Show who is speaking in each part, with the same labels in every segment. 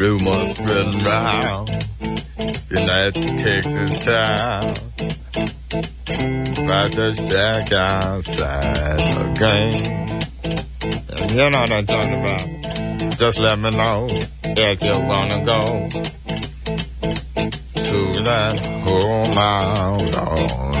Speaker 1: Rumors spreading round in that Texas town about the shack outside the game. You know what I'm talking about. Just let me know if you wanna go to that home out on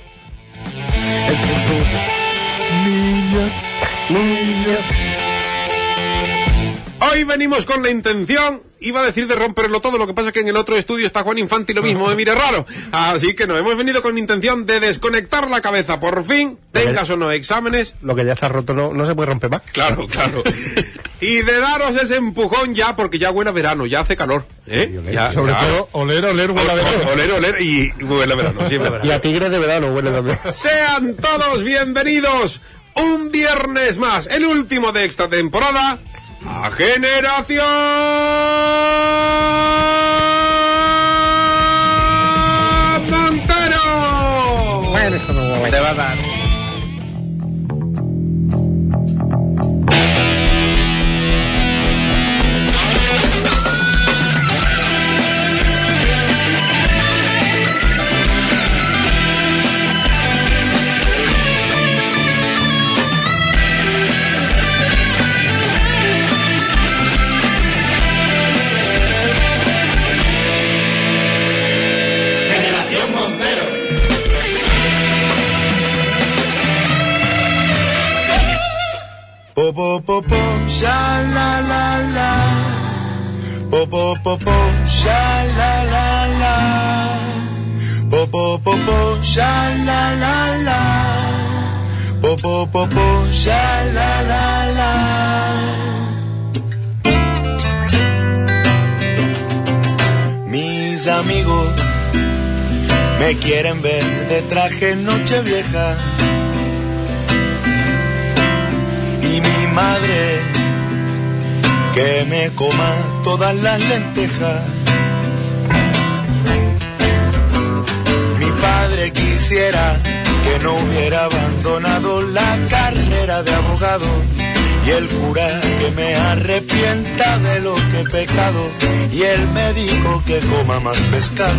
Speaker 2: Hoy venimos con la intención, iba a decir de romperlo todo, lo que pasa es que en el otro estudio está Juan Infante y lo mismo me mira raro. Así que no, hemos venido con la intención de desconectar la cabeza por fin, tengas o no exámenes,
Speaker 3: Lo que ya está roto no, no se puede romper más.
Speaker 2: Claro, claro. y de daros ese empujón ya, porque ya huele a verano, ya hace calor. ¿eh? Ya,
Speaker 3: Sobre
Speaker 2: ya.
Speaker 3: todo, oler, oler, huele a verano.
Speaker 2: Oler, oler y huele a verano, siempre verano.
Speaker 3: Y a tigres de verano huele también.
Speaker 2: Sean todos bienvenidos un viernes más, el último de esta temporada, a Generación Montero.
Speaker 1: Te va a dar.
Speaker 4: Generación Montero.
Speaker 1: Po po po po, sha la la la. Po po po po, sha la la la. Po po po po, sha la la la. Po po po po, sha la la la. Mis amigos me quieren ver de traje noche vieja. y mi madre que me coma todas las lentejas. Mi padre quisiera que no hubiera abandonado la carrera de abogado y el cura que me arrepienta de lo que he pecado y el médico que coma más pescado.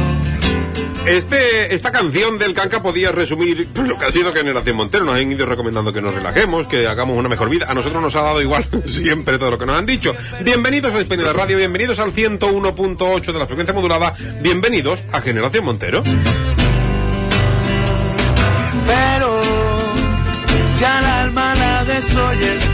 Speaker 2: Este, esta canción del canca podía resumir pues, lo que ha sido Generación Montero. Nos han ido recomendando que nos relajemos, que hagamos una mejor vida. A nosotros nos ha dado igual siempre todo lo que nos han dicho. Bienvenidos a España de Radio, bienvenidos al 101.8 de la frecuencia modulada, bienvenidos a Generación Montero.
Speaker 1: Pero ya el alma la desoyes.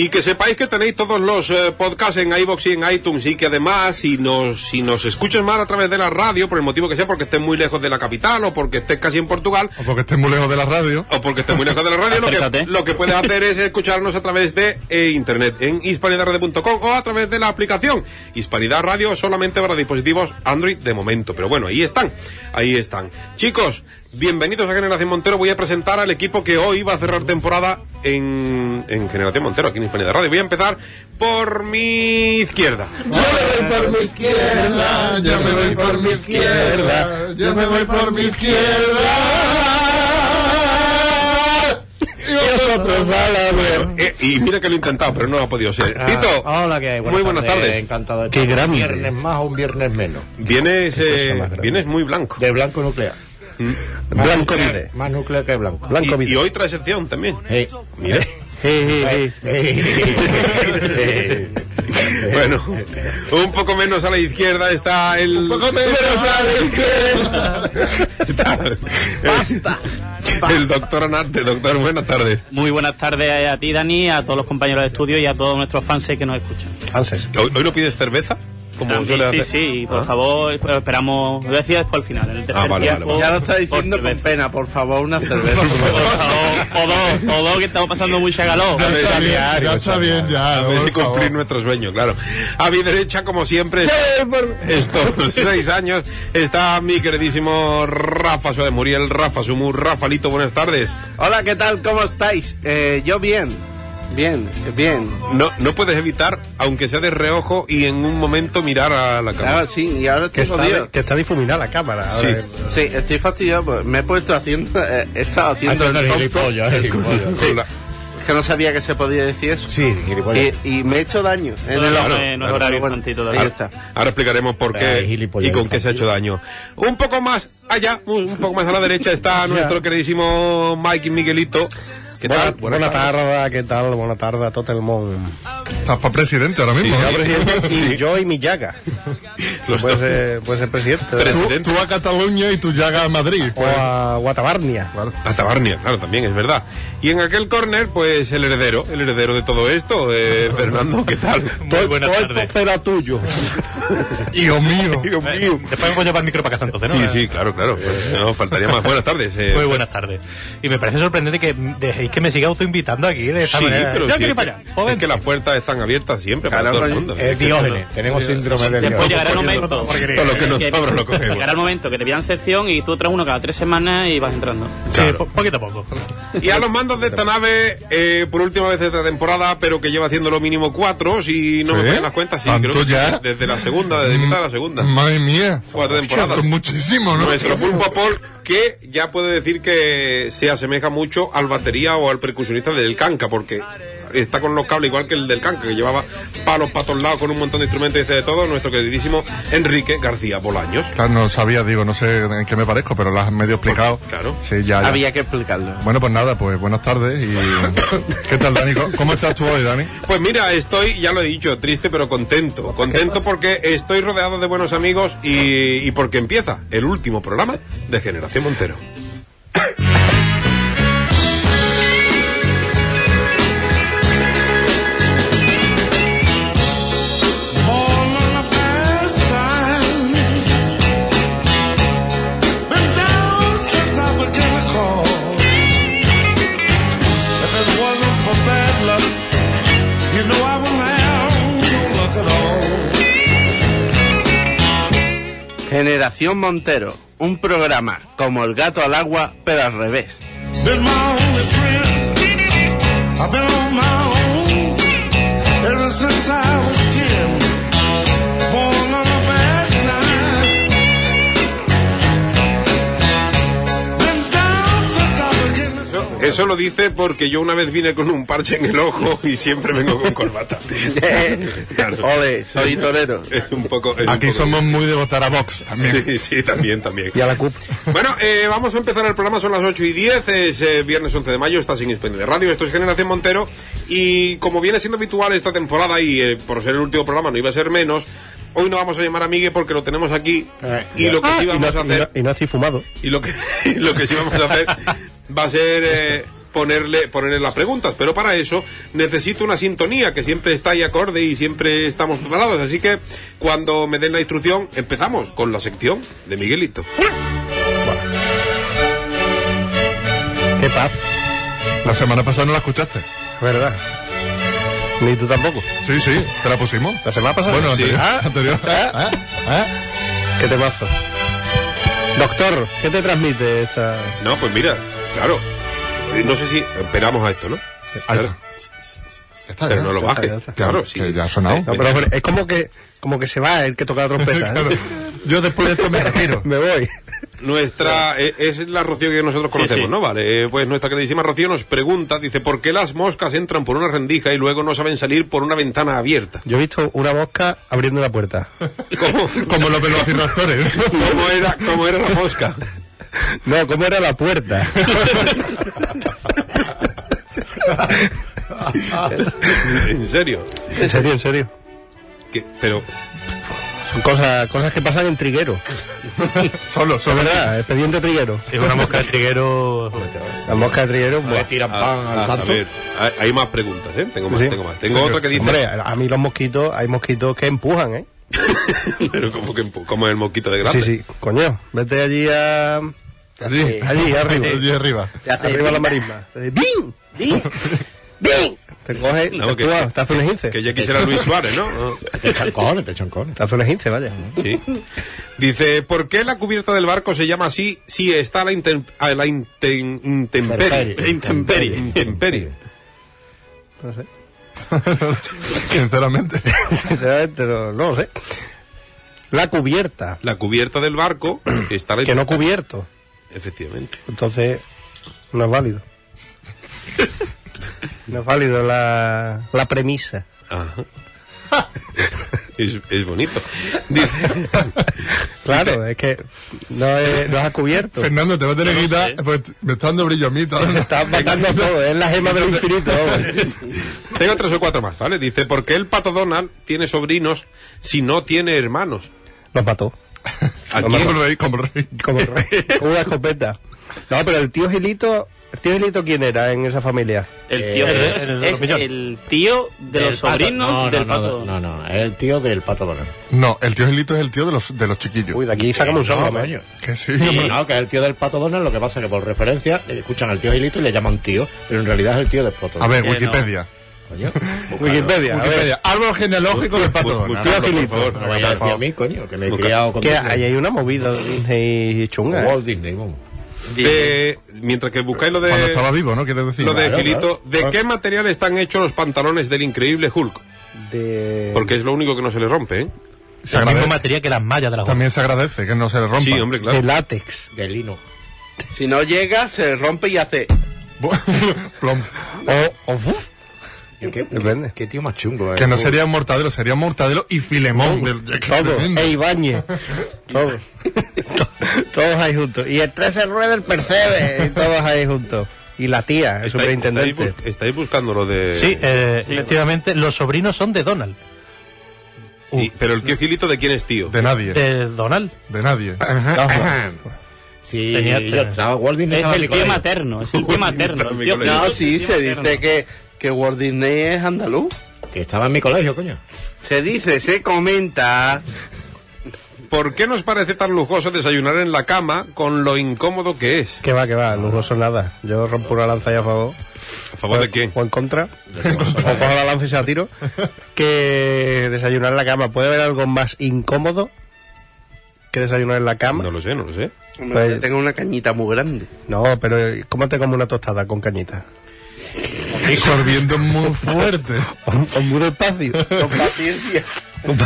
Speaker 2: Y que sepáis que tenéis todos los eh, podcasts en iBox y en iTunes y que además si nos, si nos escuchas mal a través de la radio, por el motivo que sea, porque estés muy lejos de la capital o porque estés casi en Portugal,
Speaker 5: O porque estés muy lejos de la radio.
Speaker 2: o porque estés muy lejos de la radio, lo que,
Speaker 6: Acércate.
Speaker 2: lo que puedes hacer es escucharnos a través de eh, internet en hispanidadradio.com o a través de la aplicación Hispanidad Radio solamente para dispositivos Android de momento. Pero bueno, ahí están, ahí están. Chicos, bienvenidos a Generación Montero. Voy a presentar al equipo que hoy va a cerrar temporada en, en Generación Montero, aquí en Hispanidad Radio. Voy a empezar por mi izquierda.
Speaker 4: Yo me voy por mi izquierda, yo me voy por mi izquierda, yo me voy por mi izquierda.
Speaker 2: Eh, y mira que lo he intentado, pero no ha podido ser.
Speaker 7: Ah,
Speaker 2: Tito,
Speaker 7: hola, ¿qué hay?
Speaker 2: muy buenas tardes.
Speaker 7: Encantado de
Speaker 3: Qué
Speaker 7: estar.
Speaker 3: grande.
Speaker 7: Un viernes más o un viernes menos.
Speaker 2: Vienes, eh,
Speaker 3: más grande.
Speaker 2: vienes muy blanco.
Speaker 7: De blanco nuclear. Más
Speaker 3: Blanco
Speaker 7: nuclear-
Speaker 3: vide.
Speaker 7: Más nuclear que blanco.
Speaker 3: Blanco
Speaker 2: Mm, Y, y
Speaker 3: vide.
Speaker 2: hoy trae sección también. Eh,
Speaker 7: Sí.
Speaker 2: Mire.
Speaker 3: Sí, sí, sí.
Speaker 7: Eh,
Speaker 2: Bueno, un poco menos a la izquierda está el.
Speaker 4: Un poco menos a la izquierda.
Speaker 2: Basta. El doctor Anarte, doctor, buenas tardes.
Speaker 6: Muy buenas tardes a ti, Dani, a todos los compañeros de estudio y a todos nuestros fans que nos escuchan.
Speaker 3: Hanses.
Speaker 2: ¿Hoy, hoy no pides cerveza? Como
Speaker 6: También,
Speaker 2: suele
Speaker 6: sí,
Speaker 2: hacer.
Speaker 6: sí, y por
Speaker 2: Ah.
Speaker 6: favor, eh, esperamos. Lo decía después al final. en el tercer
Speaker 2: Ah, vale,
Speaker 6: tiempo,
Speaker 2: vale, vale.
Speaker 7: Ya lo está diciendo
Speaker 6: por
Speaker 7: con
Speaker 6: cerveza.
Speaker 7: pena, por favor, una cerveza.
Speaker 6: Por favor, o dos, o dos, que estamos pasando mucha calor.
Speaker 2: A ver,
Speaker 4: Está
Speaker 2: a ver,
Speaker 4: bien, ya está bien, ya.
Speaker 2: a ver si
Speaker 4: por favor.
Speaker 2: cumplir nuestro sueño, claro. A mi derecha, como siempre, estos seis años, está mi queridísimo Rafa Suárez Muriel, Rafa Sumur, Rafalito, buenas tardes.
Speaker 7: Hola, ¿qué tal? ¿Cómo estáis? Eh, yo bien. Bien, bien.
Speaker 2: No, no puedes evitar, aunque sea de reojo y en un momento mirar a la cámara.
Speaker 7: Ahora Ah, sí, y ahora
Speaker 3: Que
Speaker 7: estoy
Speaker 3: está,
Speaker 7: jodido.
Speaker 3: que está difuminada la cámara. ahora.
Speaker 2: Sí.
Speaker 7: Sí, estoy fastidiado. pues, Me he puesto haciendo. eh, he estado haciendo.
Speaker 3: Haciendo el
Speaker 7: tonto.
Speaker 3: gilipollas, el gilipollas.
Speaker 7: Sí,
Speaker 2: Hola.
Speaker 7: que no sabía que se podía decir eso.
Speaker 3: Sí, gilipollas.
Speaker 7: Y, y me he hecho daño. eh, En el
Speaker 6: Claro,
Speaker 7: ojo.
Speaker 6: no es- no es horario infantil todavía.
Speaker 7: ahí está.
Speaker 2: Ahora explicaremos por
Speaker 3: Ay,
Speaker 2: qué
Speaker 3: gilipollas
Speaker 2: y con qué se ha
Speaker 3: infantil.
Speaker 2: hecho daño. Un poco más allá, un un poco más a la derecha está nuestro queridísimo Mike Miguelito. ¿Qué
Speaker 3: Buena,
Speaker 2: tal?
Speaker 3: Ah, buena tarde, ¿qué tal? Buena tarde a todo el mundo.
Speaker 5: Estás para presidente ahora mismo.
Speaker 2: ya,
Speaker 5: ¿eh?
Speaker 3: Presidente, y yo y mi llaga.
Speaker 2: Los
Speaker 3: Puede
Speaker 2: dos.
Speaker 3: ser, puede ser presidente. ¿verdad?
Speaker 2: Pres-
Speaker 5: Tú, tú a Cataluña y tú llega a Madrid.
Speaker 3: O
Speaker 5: pues.
Speaker 3: a Guatabarnia.
Speaker 5: Claro.
Speaker 2: A Tabarnia, claro, también es verdad. Y en aquel corner, pues el heredero, el heredero de todo esto, eh, Fernando, ¿qué tal?
Speaker 3: Todo-
Speaker 6: buena
Speaker 3: todo el
Speaker 6: tarde.
Speaker 3: pozo era tuyo.
Speaker 5: Hijo mío.
Speaker 3: Dios mío.
Speaker 6: Después me voy a llevar el micro para casa entonces,
Speaker 2: Sí, sí, claro, claro. pues, no, faltaría más. Buenas tardes. eh,
Speaker 8: Muy buenas tardes. Y me parece sorprendente que dejéis que me siga autoinvitando aquí de esta
Speaker 2: Sí,
Speaker 8: manera.
Speaker 2: pero
Speaker 8: Yo
Speaker 2: sí,
Speaker 8: quiero
Speaker 2: es,
Speaker 8: ir para allá.
Speaker 2: que,
Speaker 8: Pues
Speaker 2: es que
Speaker 8: vente.
Speaker 2: las puertas están abiertas siempre para todo el mundo.
Speaker 3: Es Diógenes. Tenemos síndrome de Diógenes.
Speaker 6: Después llegará el momento.
Speaker 8: porquería.
Speaker 2: Todo lo que nos
Speaker 6: que-
Speaker 2: sobra lo cogemos.
Speaker 6: Llegará el momento que te pidan sección y tú traes uno cada tres semanas y vas entrando.
Speaker 8: Sí,
Speaker 2: Claro.
Speaker 8: po- poquito a poco.
Speaker 2: Y a los mandos de esta nave, eh, por última vez de esta temporada, pero que lleva haciendo lo mínimo cuatro, si no me
Speaker 5: ¿Sí?
Speaker 2: fallan las cuentas, sí,
Speaker 5: ¿Tanto
Speaker 2: creo que
Speaker 5: ya?
Speaker 2: desde la segunda, desde mitad de la segunda.
Speaker 5: Madre mía.
Speaker 2: Cuatro temporadas.
Speaker 5: Esto es muchísimo, ¿no?
Speaker 2: Nuestro pulpo Paul, que ya puede decir que se asemeja mucho al batería o al percusionista del canca, porque está con los cables igual que el del canca, que llevaba palos para todos lados con un montón de instrumentos y de todo, nuestro queridísimo Enrique García Bolaños.
Speaker 5: Claro, no lo sabía, digo, no sé en qué me parezco, pero lo has medio explicado.
Speaker 3: Pues,
Speaker 2: Claro.
Speaker 5: Sí, ya, ya.
Speaker 7: Había que explicarlo.
Speaker 5: Bueno, pues nada, pues buenas tardes y... ¿Qué tal, Dani? ¿Cómo- ¿Cómo estás tú hoy, Dani?
Speaker 2: Pues mira, estoy, ya lo he dicho, triste pero contento. Contento porque estoy rodeado de buenos amigos y, y porque empieza el último programa de Generación Montero.
Speaker 1: All on a bad sign. Been down since I was gonna call. If it wasn't for bad luck, you know I wouldn't have no luck at all.
Speaker 7: Generación Montero, un programa como el gato al agua, pero al revés.
Speaker 1: Been my only friend. I've been on my own ever since I was ten. Born on a bad time. Been down since I was getting-
Speaker 2: Eso, Eso lo dice porque yo una vez vine con un parche en el ojo y siempre vengo con corbata. Claro.
Speaker 7: Ole, soy torero.
Speaker 2: Es un poco. es un
Speaker 5: Aquí
Speaker 2: poco-
Speaker 5: somos muy de votar a Vox también.
Speaker 2: Sí, sí, también, también.
Speaker 3: Y a la CUP.
Speaker 2: Bueno, eh, vamos a empezar el programa, son las 8 y 10, es eh, viernes 11 de mayo, estás en Hispania de Radio, esto es Generación Montero, y como viene siendo habitual esta temporada, y eh, por ser el último programa no iba a ser menos, hoy no vamos a llamar a Miguel porque lo tenemos aquí, y lo que sí
Speaker 3: Ah, y,
Speaker 2: vamos a
Speaker 3: no, y, no,
Speaker 2: hacer,
Speaker 3: y no estoy fumado.
Speaker 2: y lo que, y lo que sí vamos a hacer va a ser... eh, ponerle ponerle las preguntas, pero para eso necesito una sintonía que siempre está ahí acorde y siempre estamos preparados, así que cuando me den la instrucción empezamos con la sección de Miguelito.
Speaker 3: Qué paz,
Speaker 5: La semana pasada no la escuchaste.
Speaker 3: ¿verdad? Ni tú tampoco.
Speaker 5: Sí, sí, te la pusimos.
Speaker 3: La semana pasada.
Speaker 5: Bueno,
Speaker 2: Sí.
Speaker 5: anterior. anterior.
Speaker 3: Ah.
Speaker 5: Ah.
Speaker 3: Qué temazo. Doctor, ¿qué te transmite esta...?
Speaker 2: No, pues mira, claro. Eh, No sé si esperamos a esto, ¿no?
Speaker 5: Ahí
Speaker 2: Claro,
Speaker 5: está. Ya está,
Speaker 2: pero
Speaker 5: ya.
Speaker 2: no lo
Speaker 3: ya está,
Speaker 2: bajes.
Speaker 3: ya está.
Speaker 2: Claro, sí.
Speaker 5: Que ya ha sonado.
Speaker 2: Eh,
Speaker 5: No,
Speaker 3: No, pero bueno, es como que, como que se va el que toca la trompeta. ¿eh?
Speaker 5: Claro. Yo después de esto me retiro.
Speaker 3: Me voy.
Speaker 2: Nuestra eh, es la Rocío que nosotros conocemos,
Speaker 6: sí.
Speaker 2: ¿no? Vale, eh, pues nuestra queridísima Rocío nos pregunta, dice, ¿por qué las moscas entran por una rendija y luego no saben salir por una ventana abierta?
Speaker 3: Yo he visto una mosca abriendo la puerta.
Speaker 2: ¿Cómo,
Speaker 5: Como los velociraptores.
Speaker 2: cómo era, cómo era la mosca?
Speaker 3: No, ¿cómo era la puerta?
Speaker 2: en serio.
Speaker 3: En serio, en serio.
Speaker 2: Que- pero
Speaker 3: Son cosas, cosas que pasan en triguero.
Speaker 5: Solo,
Speaker 3: Es
Speaker 5: solo.
Speaker 3: verdad, expediente triguero.
Speaker 8: Es una mosca de triguero.
Speaker 3: La mosca de triguero... buah.
Speaker 8: tiran
Speaker 2: a,
Speaker 5: Ah,
Speaker 2: a saber, hay, hay más preguntas, ¿eh? Tengo más,
Speaker 3: Sí.
Speaker 2: tengo más. Tengo otra que dice,
Speaker 3: Hombre, a mí los mosquitos, hay mosquitos que empujan, ¿eh?
Speaker 2: pero como que como el mosquito de grande.
Speaker 3: Sí, sí, coño, vete allí a...
Speaker 5: Allí,
Speaker 3: Allí, arriba.
Speaker 5: allí arriba.
Speaker 7: Te hace
Speaker 3: Arriba la marisma. Te dice, ¡Bing!
Speaker 7: ¡Bing! ¡Bing!
Speaker 3: Te coge,
Speaker 2: No,
Speaker 3: te,
Speaker 2: que-
Speaker 3: actúa, te hace un esguince.
Speaker 2: Que ya quisiera Luis Suárez, ¿no? ¿no?
Speaker 9: Te chancones, te chancones.
Speaker 3: Te hace un esguince, vaya.
Speaker 2: Sí. Dice, ¿por qué la cubierta del barco se llama así si está a la, intem- a la inten- intemperie?
Speaker 9: Intemperie.
Speaker 6: Intemperie.
Speaker 2: Intemperie.
Speaker 3: No sé.
Speaker 5: Sinceramente.
Speaker 3: Sinceramente, no, no lo sé. La cubierta,
Speaker 2: La cubierta del barco está a la
Speaker 3: que no cubierto.
Speaker 2: Efectivamente.
Speaker 3: Entonces, no es válido. No es válido la, la premisa.
Speaker 2: Ajá. Es, es bonito. Dice,
Speaker 3: Claro, es que no es, no es a cubierto.
Speaker 5: Fernando, te va a tener que quitar. pues, me está dando brillo a mí. está dando-
Speaker 3: Estás matando todo, es la gema del infinito. hombre.
Speaker 2: tengo tres o cuatro más, ¿vale? Dice, ¿por qué el pato Donald tiene sobrinos si no tiene hermanos?
Speaker 3: Lo mató.
Speaker 2: ¿A
Speaker 3: No me
Speaker 5: Como
Speaker 2: quién?
Speaker 5: el rey, como el rey.
Speaker 3: Como el rey, con una escopeta. No, pero el tío Gilito, ¿el tío Gilito quién era en esa familia?
Speaker 6: El tío
Speaker 9: Eh,
Speaker 6: Gilito
Speaker 8: el- el
Speaker 6: es, es
Speaker 8: Romillón.
Speaker 6: el tío de los
Speaker 9: Del pato-
Speaker 6: sobrinos
Speaker 9: no, no,
Speaker 6: del
Speaker 9: no,
Speaker 6: pato.
Speaker 9: No, no, es el tío del pato Donald.
Speaker 5: No, el tío Gelito es el tío de los, de los chiquillos. Eh,
Speaker 3: Uy, de aquí sacamos un
Speaker 9: No,
Speaker 3: solo,
Speaker 9: coño.
Speaker 5: Que sí,
Speaker 9: Sí,
Speaker 5: hombre.
Speaker 9: no, que es el tío del pato Donald, lo que pasa es que por referencia le escuchan al tío Gilito y le llaman tío, pero en realidad es el tío del pato Eh,
Speaker 5: A ver,
Speaker 6: Que no.
Speaker 5: Wikipedia.
Speaker 9: Coño,
Speaker 3: Wikipedia, a ver.
Speaker 5: Wikipedia. Árbol genealógico del pato Donald.
Speaker 2: Buscadlo, por
Speaker 3: Gilito.
Speaker 2: favor.
Speaker 9: No me vaya a decir a mí, coño, que me he criado con
Speaker 3: Que
Speaker 9: Disney.
Speaker 3: ahí hay una movida de Disney chunga. ¿eh?
Speaker 9: Walt Disney, vamos.
Speaker 2: De- mientras que buscáis lo de...
Speaker 5: Cuando estaba vivo, ¿no? Quieres decir.
Speaker 2: Lo de
Speaker 9: Claro,
Speaker 2: Gilito, ¿de qué material están hechos los pantalones del increíble Hulk?
Speaker 3: De...
Speaker 2: Porque es lo único que no se le rompe, ¿eh?
Speaker 5: Se
Speaker 8: El mismo
Speaker 5: agradece-
Speaker 8: material que las mallas de la
Speaker 5: También se agradece que no se le rompa.
Speaker 2: Sí, hombre,
Speaker 3: de
Speaker 2: claro.
Speaker 3: látex.
Speaker 9: De lino.
Speaker 7: Si no llega, se rompe y hace.
Speaker 5: Plom.
Speaker 3: O, o uf,
Speaker 9: ¿Qué, qué-
Speaker 3: Depende.
Speaker 9: qué tío más chungo, eh.
Speaker 5: Que no sería un mortadelo, sería un mortadelo y filemón. del- que
Speaker 3: todo.
Speaker 5: tremendo.
Speaker 3: E Ibañez. Todos. todos ahí juntos. Y el 13 rueda el percebe. y Todos ahí juntos. Y la tía, el
Speaker 2: Estáis-
Speaker 3: superintendente.
Speaker 2: Estáis, bus- estáis buscando lo de...
Speaker 8: Sí, eh, efectivamente, los sobrinos son de Donald.
Speaker 2: Y- pero el tío Gilito, ¿de quién es tío?
Speaker 5: De nadie. De,
Speaker 8: De Donald.
Speaker 5: nadie.
Speaker 9: Sí,
Speaker 8: Tenía
Speaker 9: yo
Speaker 8: tres.
Speaker 9: estaba Walt Disney.
Speaker 6: Es
Speaker 9: estaba
Speaker 6: el tío
Speaker 9: Nicolás.
Speaker 6: materno, es el tío materno. el
Speaker 2: No,
Speaker 6: tío Gilito
Speaker 7: No,
Speaker 6: es el
Speaker 7: sí,
Speaker 6: tío
Speaker 7: se
Speaker 6: materno.
Speaker 7: dice que, que Walt Disney es andaluz.
Speaker 9: Que estaba en mi colegio, coño.
Speaker 7: Se dice, se comenta.
Speaker 2: ¿Por qué nos parece tan lujoso desayunar en la cama con lo incómodo que es?
Speaker 3: Que va, que va, lujoso nada. Yo rompo una lanza ya a favor.
Speaker 2: ¿A favor de quién?
Speaker 3: O en contra. o cojo la lanza y se la tiro. Que desayunar en la cama. ¿Puede haber algo más incómodo que desayunar en la cama?
Speaker 2: No lo sé, no lo sé.
Speaker 3: Pues-
Speaker 7: Hombre, Tengo una cañita muy grande.
Speaker 3: No, pero eh, ¿cómo te como una tostada con cañita?
Speaker 5: Sorbiendo muy fuerte.
Speaker 3: O, o muy despacio.
Speaker 7: Con paciencia.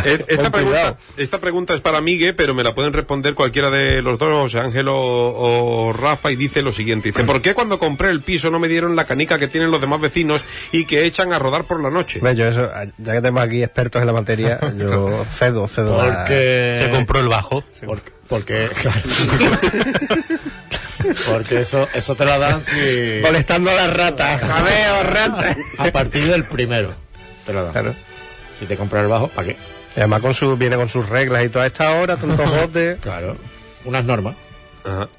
Speaker 2: Eh, Esta pregunta,
Speaker 3: Con cuidado.
Speaker 2: esta pregunta es para Migue, pero me la pueden responder cualquiera de los dos, o sea, Ángel o, o Rafa, y dice lo siguiente. Dice, ¿por qué cuando compré el piso no me dieron la canica que tienen los demás vecinos y que echan a rodar por la noche?
Speaker 3: Ve, yo eso, ya que tenemos aquí expertos en la materia, yo cedo, cedo. la-
Speaker 9: Porque.
Speaker 8: Se compró el bajo.
Speaker 9: Porque, porque, claro. Porque eso, eso te lo dan si.
Speaker 3: Molestando a las ratas. Jaleo, rata.
Speaker 9: A partir del primero. Te lo dan.
Speaker 3: Claro.
Speaker 9: Si te compras el bajo, ¿para qué?
Speaker 3: Y además con su, viene con sus reglas y toda esta hora, tantos botes.
Speaker 9: Claro. Unas normas. Mm.
Speaker 2: Ajá.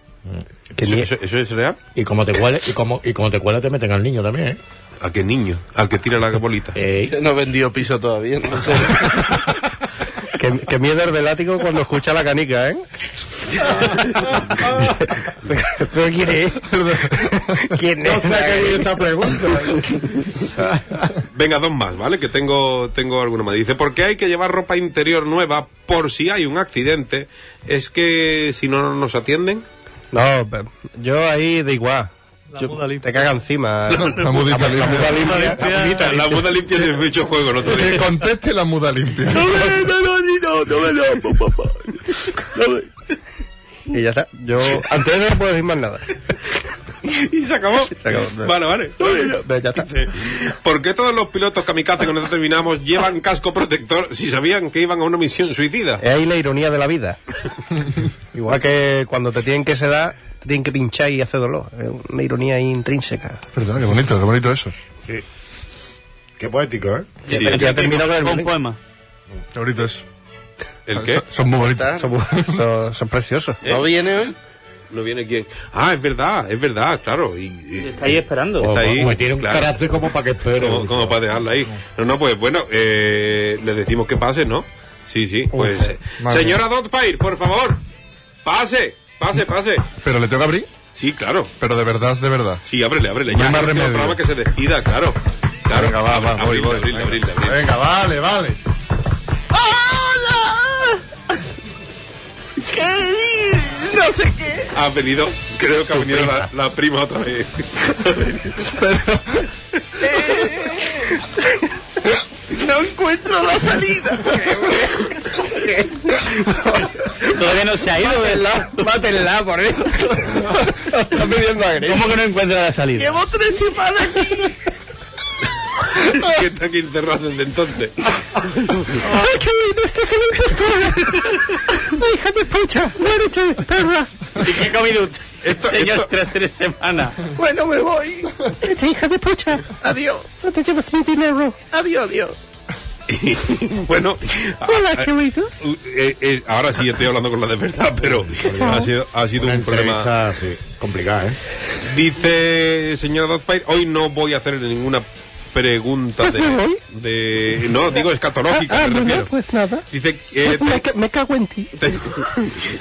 Speaker 3: Que
Speaker 2: ¿Eso,
Speaker 3: ni-
Speaker 2: eso- eso es real?
Speaker 9: Y como te cuele, y como, y como te cuele te meten al niño también, ¿eh?
Speaker 2: ¿A qué niño? ¿Al que tira la bolita?
Speaker 9: Ey.
Speaker 7: Yo no he vendido piso todavía, no sé.
Speaker 3: Que, que miedo el del ático cuando escucha la canica, ¿eh? ¿Pero quién es? ¿Quién es?
Speaker 9: esta pregunta.
Speaker 2: Venga, dos más, ¿vale? Que tengo, tengo alguno más. Dice, ¿por qué hay que llevar ropa interior nueva por si hay un accidente? Es que si no nos atienden.
Speaker 3: No, pe- yo ahí de igual.
Speaker 8: La
Speaker 3: Yo-
Speaker 8: muda limpia.
Speaker 3: te caga encima. ¿eh?
Speaker 5: La mudita
Speaker 3: La
Speaker 5: limpia.
Speaker 3: muda limpia.
Speaker 2: La, la muda limpia de mucho juego el otro
Speaker 5: Que
Speaker 2: día.
Speaker 5: conteste la muda limpia.
Speaker 3: Y ya está. Yo, antes no puedo decir más nada.
Speaker 2: Y se acabó.
Speaker 3: acabó.
Speaker 2: Vale, vale.
Speaker 3: Ve, Ya está.
Speaker 2: Dice, ¿Por qué todos los pilotos kamikaze cuando terminamos llevan casco protector si sabían que iban a una misión suicida?
Speaker 3: Es ahí la ironía de la vida. Igual que cuando te tienen que sedar, te tienen que pinchar y hace dolor. Es una ironía ahí intrínseca.
Speaker 5: Verdad, qué bonito, qué bonito eso.
Speaker 9: Sí. Qué poético, ¿eh?
Speaker 2: Sí,
Speaker 3: Ya te- ya termino con el
Speaker 6: Con
Speaker 3: bullying.
Speaker 6: poema.
Speaker 5: Qué bonito eso.
Speaker 2: ¿El qué?
Speaker 5: Son- Son muy bonitos.
Speaker 3: Son, bu- son- son preciosos.
Speaker 7: ¿No viene hoy?
Speaker 2: ¿Eh? No viene quién. Ah, es verdad, es verdad, claro. Y, y-
Speaker 6: Está ahí esperando.
Speaker 2: Está ahí,
Speaker 9: Como- como tiene un
Speaker 2: claro.
Speaker 9: carácter como para que espere.
Speaker 2: como, como para dejarla ahí. No, no, pues bueno, eh, le decimos que pase, ¿no? Sí, sí, pues. eh,
Speaker 5: madre.
Speaker 2: señora Dotfire, por favor, pase, pase, pase.
Speaker 5: Pero le tengo que abrir,
Speaker 2: Sí, claro.
Speaker 5: pero de verdad, de verdad.
Speaker 2: Sí, ábrele, ábrele.
Speaker 5: No
Speaker 2: Ya,
Speaker 5: hay más
Speaker 2: que el
Speaker 5: remedio.
Speaker 2: programa que se despida, claro. Claro,
Speaker 5: Venga, va, va,
Speaker 2: Abrile,
Speaker 5: voy, voy.
Speaker 2: abrile, abrile, abrile.
Speaker 5: Venga, vale, vale.
Speaker 2: Ha venido, creo que ha venido la, la prima otra vez.
Speaker 6: Todavía no se ha ido, ¿verdad?
Speaker 3: Mátenla, por eso. Están pidiendo agresión.
Speaker 6: ¿Cómo que no encuentra la salida?
Speaker 2: que está aquí encerrado desde entonces.
Speaker 3: ¡Ay, qué lindo! ¡Estás en el postura! ¡Hija de pucha! ¡Muérete, perra!
Speaker 6: ¿Y qué ha comido usted?
Speaker 2: Esto-
Speaker 6: Señor,
Speaker 2: esto-
Speaker 6: tras tres semanas.
Speaker 3: ¡Bueno, me voy! ¡Muérete, hija de pucha! ¡Adiós! ¡No te llevas mi dinero! ¡Adiós, adiós!
Speaker 2: bueno,
Speaker 3: ¡Hola,
Speaker 2: a- a-
Speaker 3: queridos!
Speaker 2: u- eh, eh, ahora sí estoy hablando con la de verdad, pero ha sido, ha sido
Speaker 9: Una
Speaker 2: un problema.
Speaker 9: entrevista, sí, complicada, ¿eh?
Speaker 2: Dice señora Dotfire, hoy no voy a hacer ninguna pregunta de,
Speaker 3: me voy.
Speaker 2: de- no digo escatológica me
Speaker 3: no,
Speaker 2: refiero
Speaker 3: no, pues nada.
Speaker 2: dice eh,
Speaker 3: Pues me, ca- me cago en ti.
Speaker 2: Tengo,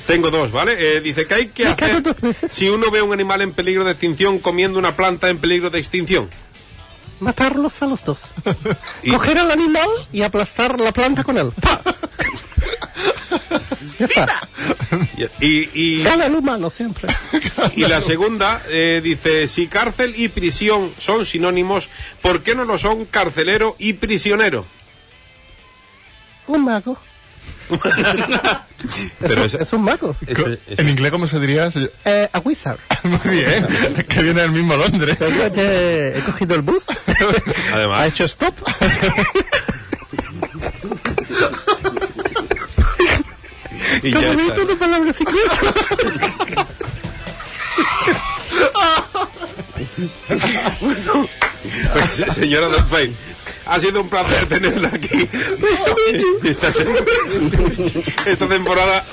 Speaker 2: tengo dos, ¿vale? Eh, dice que hay que
Speaker 3: Me cago
Speaker 2: hacer
Speaker 3: dos veces.
Speaker 2: si uno ve un animal en peligro de extinción comiendo una planta en peligro de extinción.
Speaker 3: Matarlos a los dos.
Speaker 2: Y-
Speaker 3: Coger al animal y aplastar la planta con él. ¡Pa! ya está.
Speaker 2: Y, y,
Speaker 3: Gana el humano siempre.
Speaker 2: y la segunda eh, dice, si cárcel y prisión son sinónimos, ¿por qué no lo son carcelero y prisionero?
Speaker 3: Un mago.
Speaker 2: Pero
Speaker 3: es,
Speaker 2: esa-
Speaker 3: un mago.
Speaker 2: Eso- eso-
Speaker 5: ¿En inglés cómo se diría? Se-
Speaker 3: Eh, a wizard.
Speaker 5: Muy bien. Es que viene del mismo Londres.
Speaker 3: Pero yo he he cogido el bus.
Speaker 2: Además.
Speaker 3: Ha hecho stop.
Speaker 2: y ya
Speaker 3: Como me
Speaker 2: está.
Speaker 3: hizo una palabra secreta.
Speaker 2: Se- Pues, Señora Dolphin, ha sido un placer tenerla aquí. Esta, esta temporada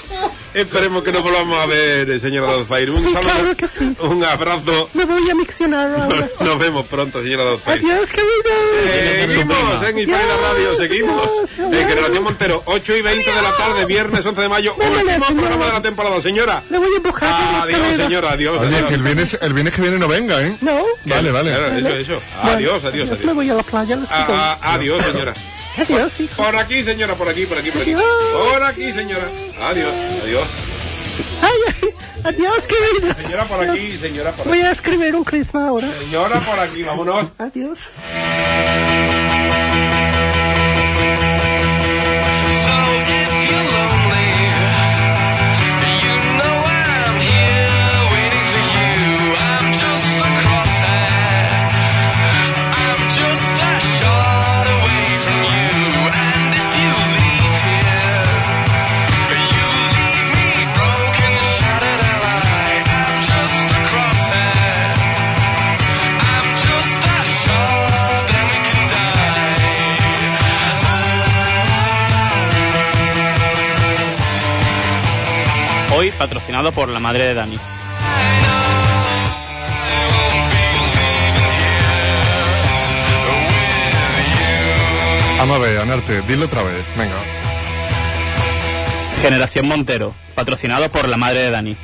Speaker 2: esperemos que nos volvamos a ver, eh, señora Dolphin. Un
Speaker 3: Sí,
Speaker 2: saludo,
Speaker 3: claro que sí.
Speaker 2: un abrazo.
Speaker 3: Me voy a miccionar ahora.
Speaker 2: Nos vemos pronto, señora Dolphin.
Speaker 3: Adiós, queridos.
Speaker 2: Seguimos en Hispanidad Radio, seguimos.
Speaker 3: Adiós,
Speaker 2: En Generación Montero, 8 y 20 de la tarde, viernes 11 de mayo,
Speaker 3: Vámonos,
Speaker 2: último
Speaker 3: señora.
Speaker 2: programa de la temporada, señora.
Speaker 3: Le voy a empujar. por la
Speaker 2: Adiós,
Speaker 3: escalera.
Speaker 2: señora, adiós.
Speaker 5: Oye, que el
Speaker 2: adiós.
Speaker 5: viernes, el viernes que viene no venga, ¿eh?
Speaker 3: No.
Speaker 5: Vale, vale.
Speaker 2: Claro, eso, eso. Adiós, adiós,
Speaker 3: Yo Me
Speaker 2: adiós.
Speaker 3: voy a la playa. los digo.
Speaker 2: Ah, ah, Adiós, señora.
Speaker 3: Adiós, hijo.
Speaker 2: Por aquí, señora, por aquí, por aquí, por aquí.
Speaker 3: Adiós.
Speaker 2: Por aquí, señora. Adiós, adiós.
Speaker 3: Ay, ay, adiós, queridos.
Speaker 2: Señora por aquí, señora por aquí.
Speaker 3: Voy a escribir un crisma ahora.
Speaker 2: Señora por aquí, vámonos.
Speaker 3: Adiós.
Speaker 6: Hoy patrocinado por la madre de Dani.
Speaker 5: Vamos a ver, Anarte, dilo otra vez. Venga.
Speaker 6: Generación Montero, patrocinado por la madre de Dani.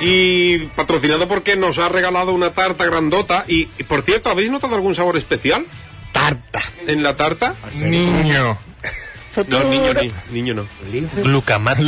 Speaker 2: Y patrocinado porque nos ha regalado una tarta grandota. Y, y, por cierto, ¿habéis notado algún sabor especial? Tarta. ¿En la tarta?
Speaker 5: Niño.
Speaker 2: No, niño, ni- niño no.
Speaker 8: Lucamar.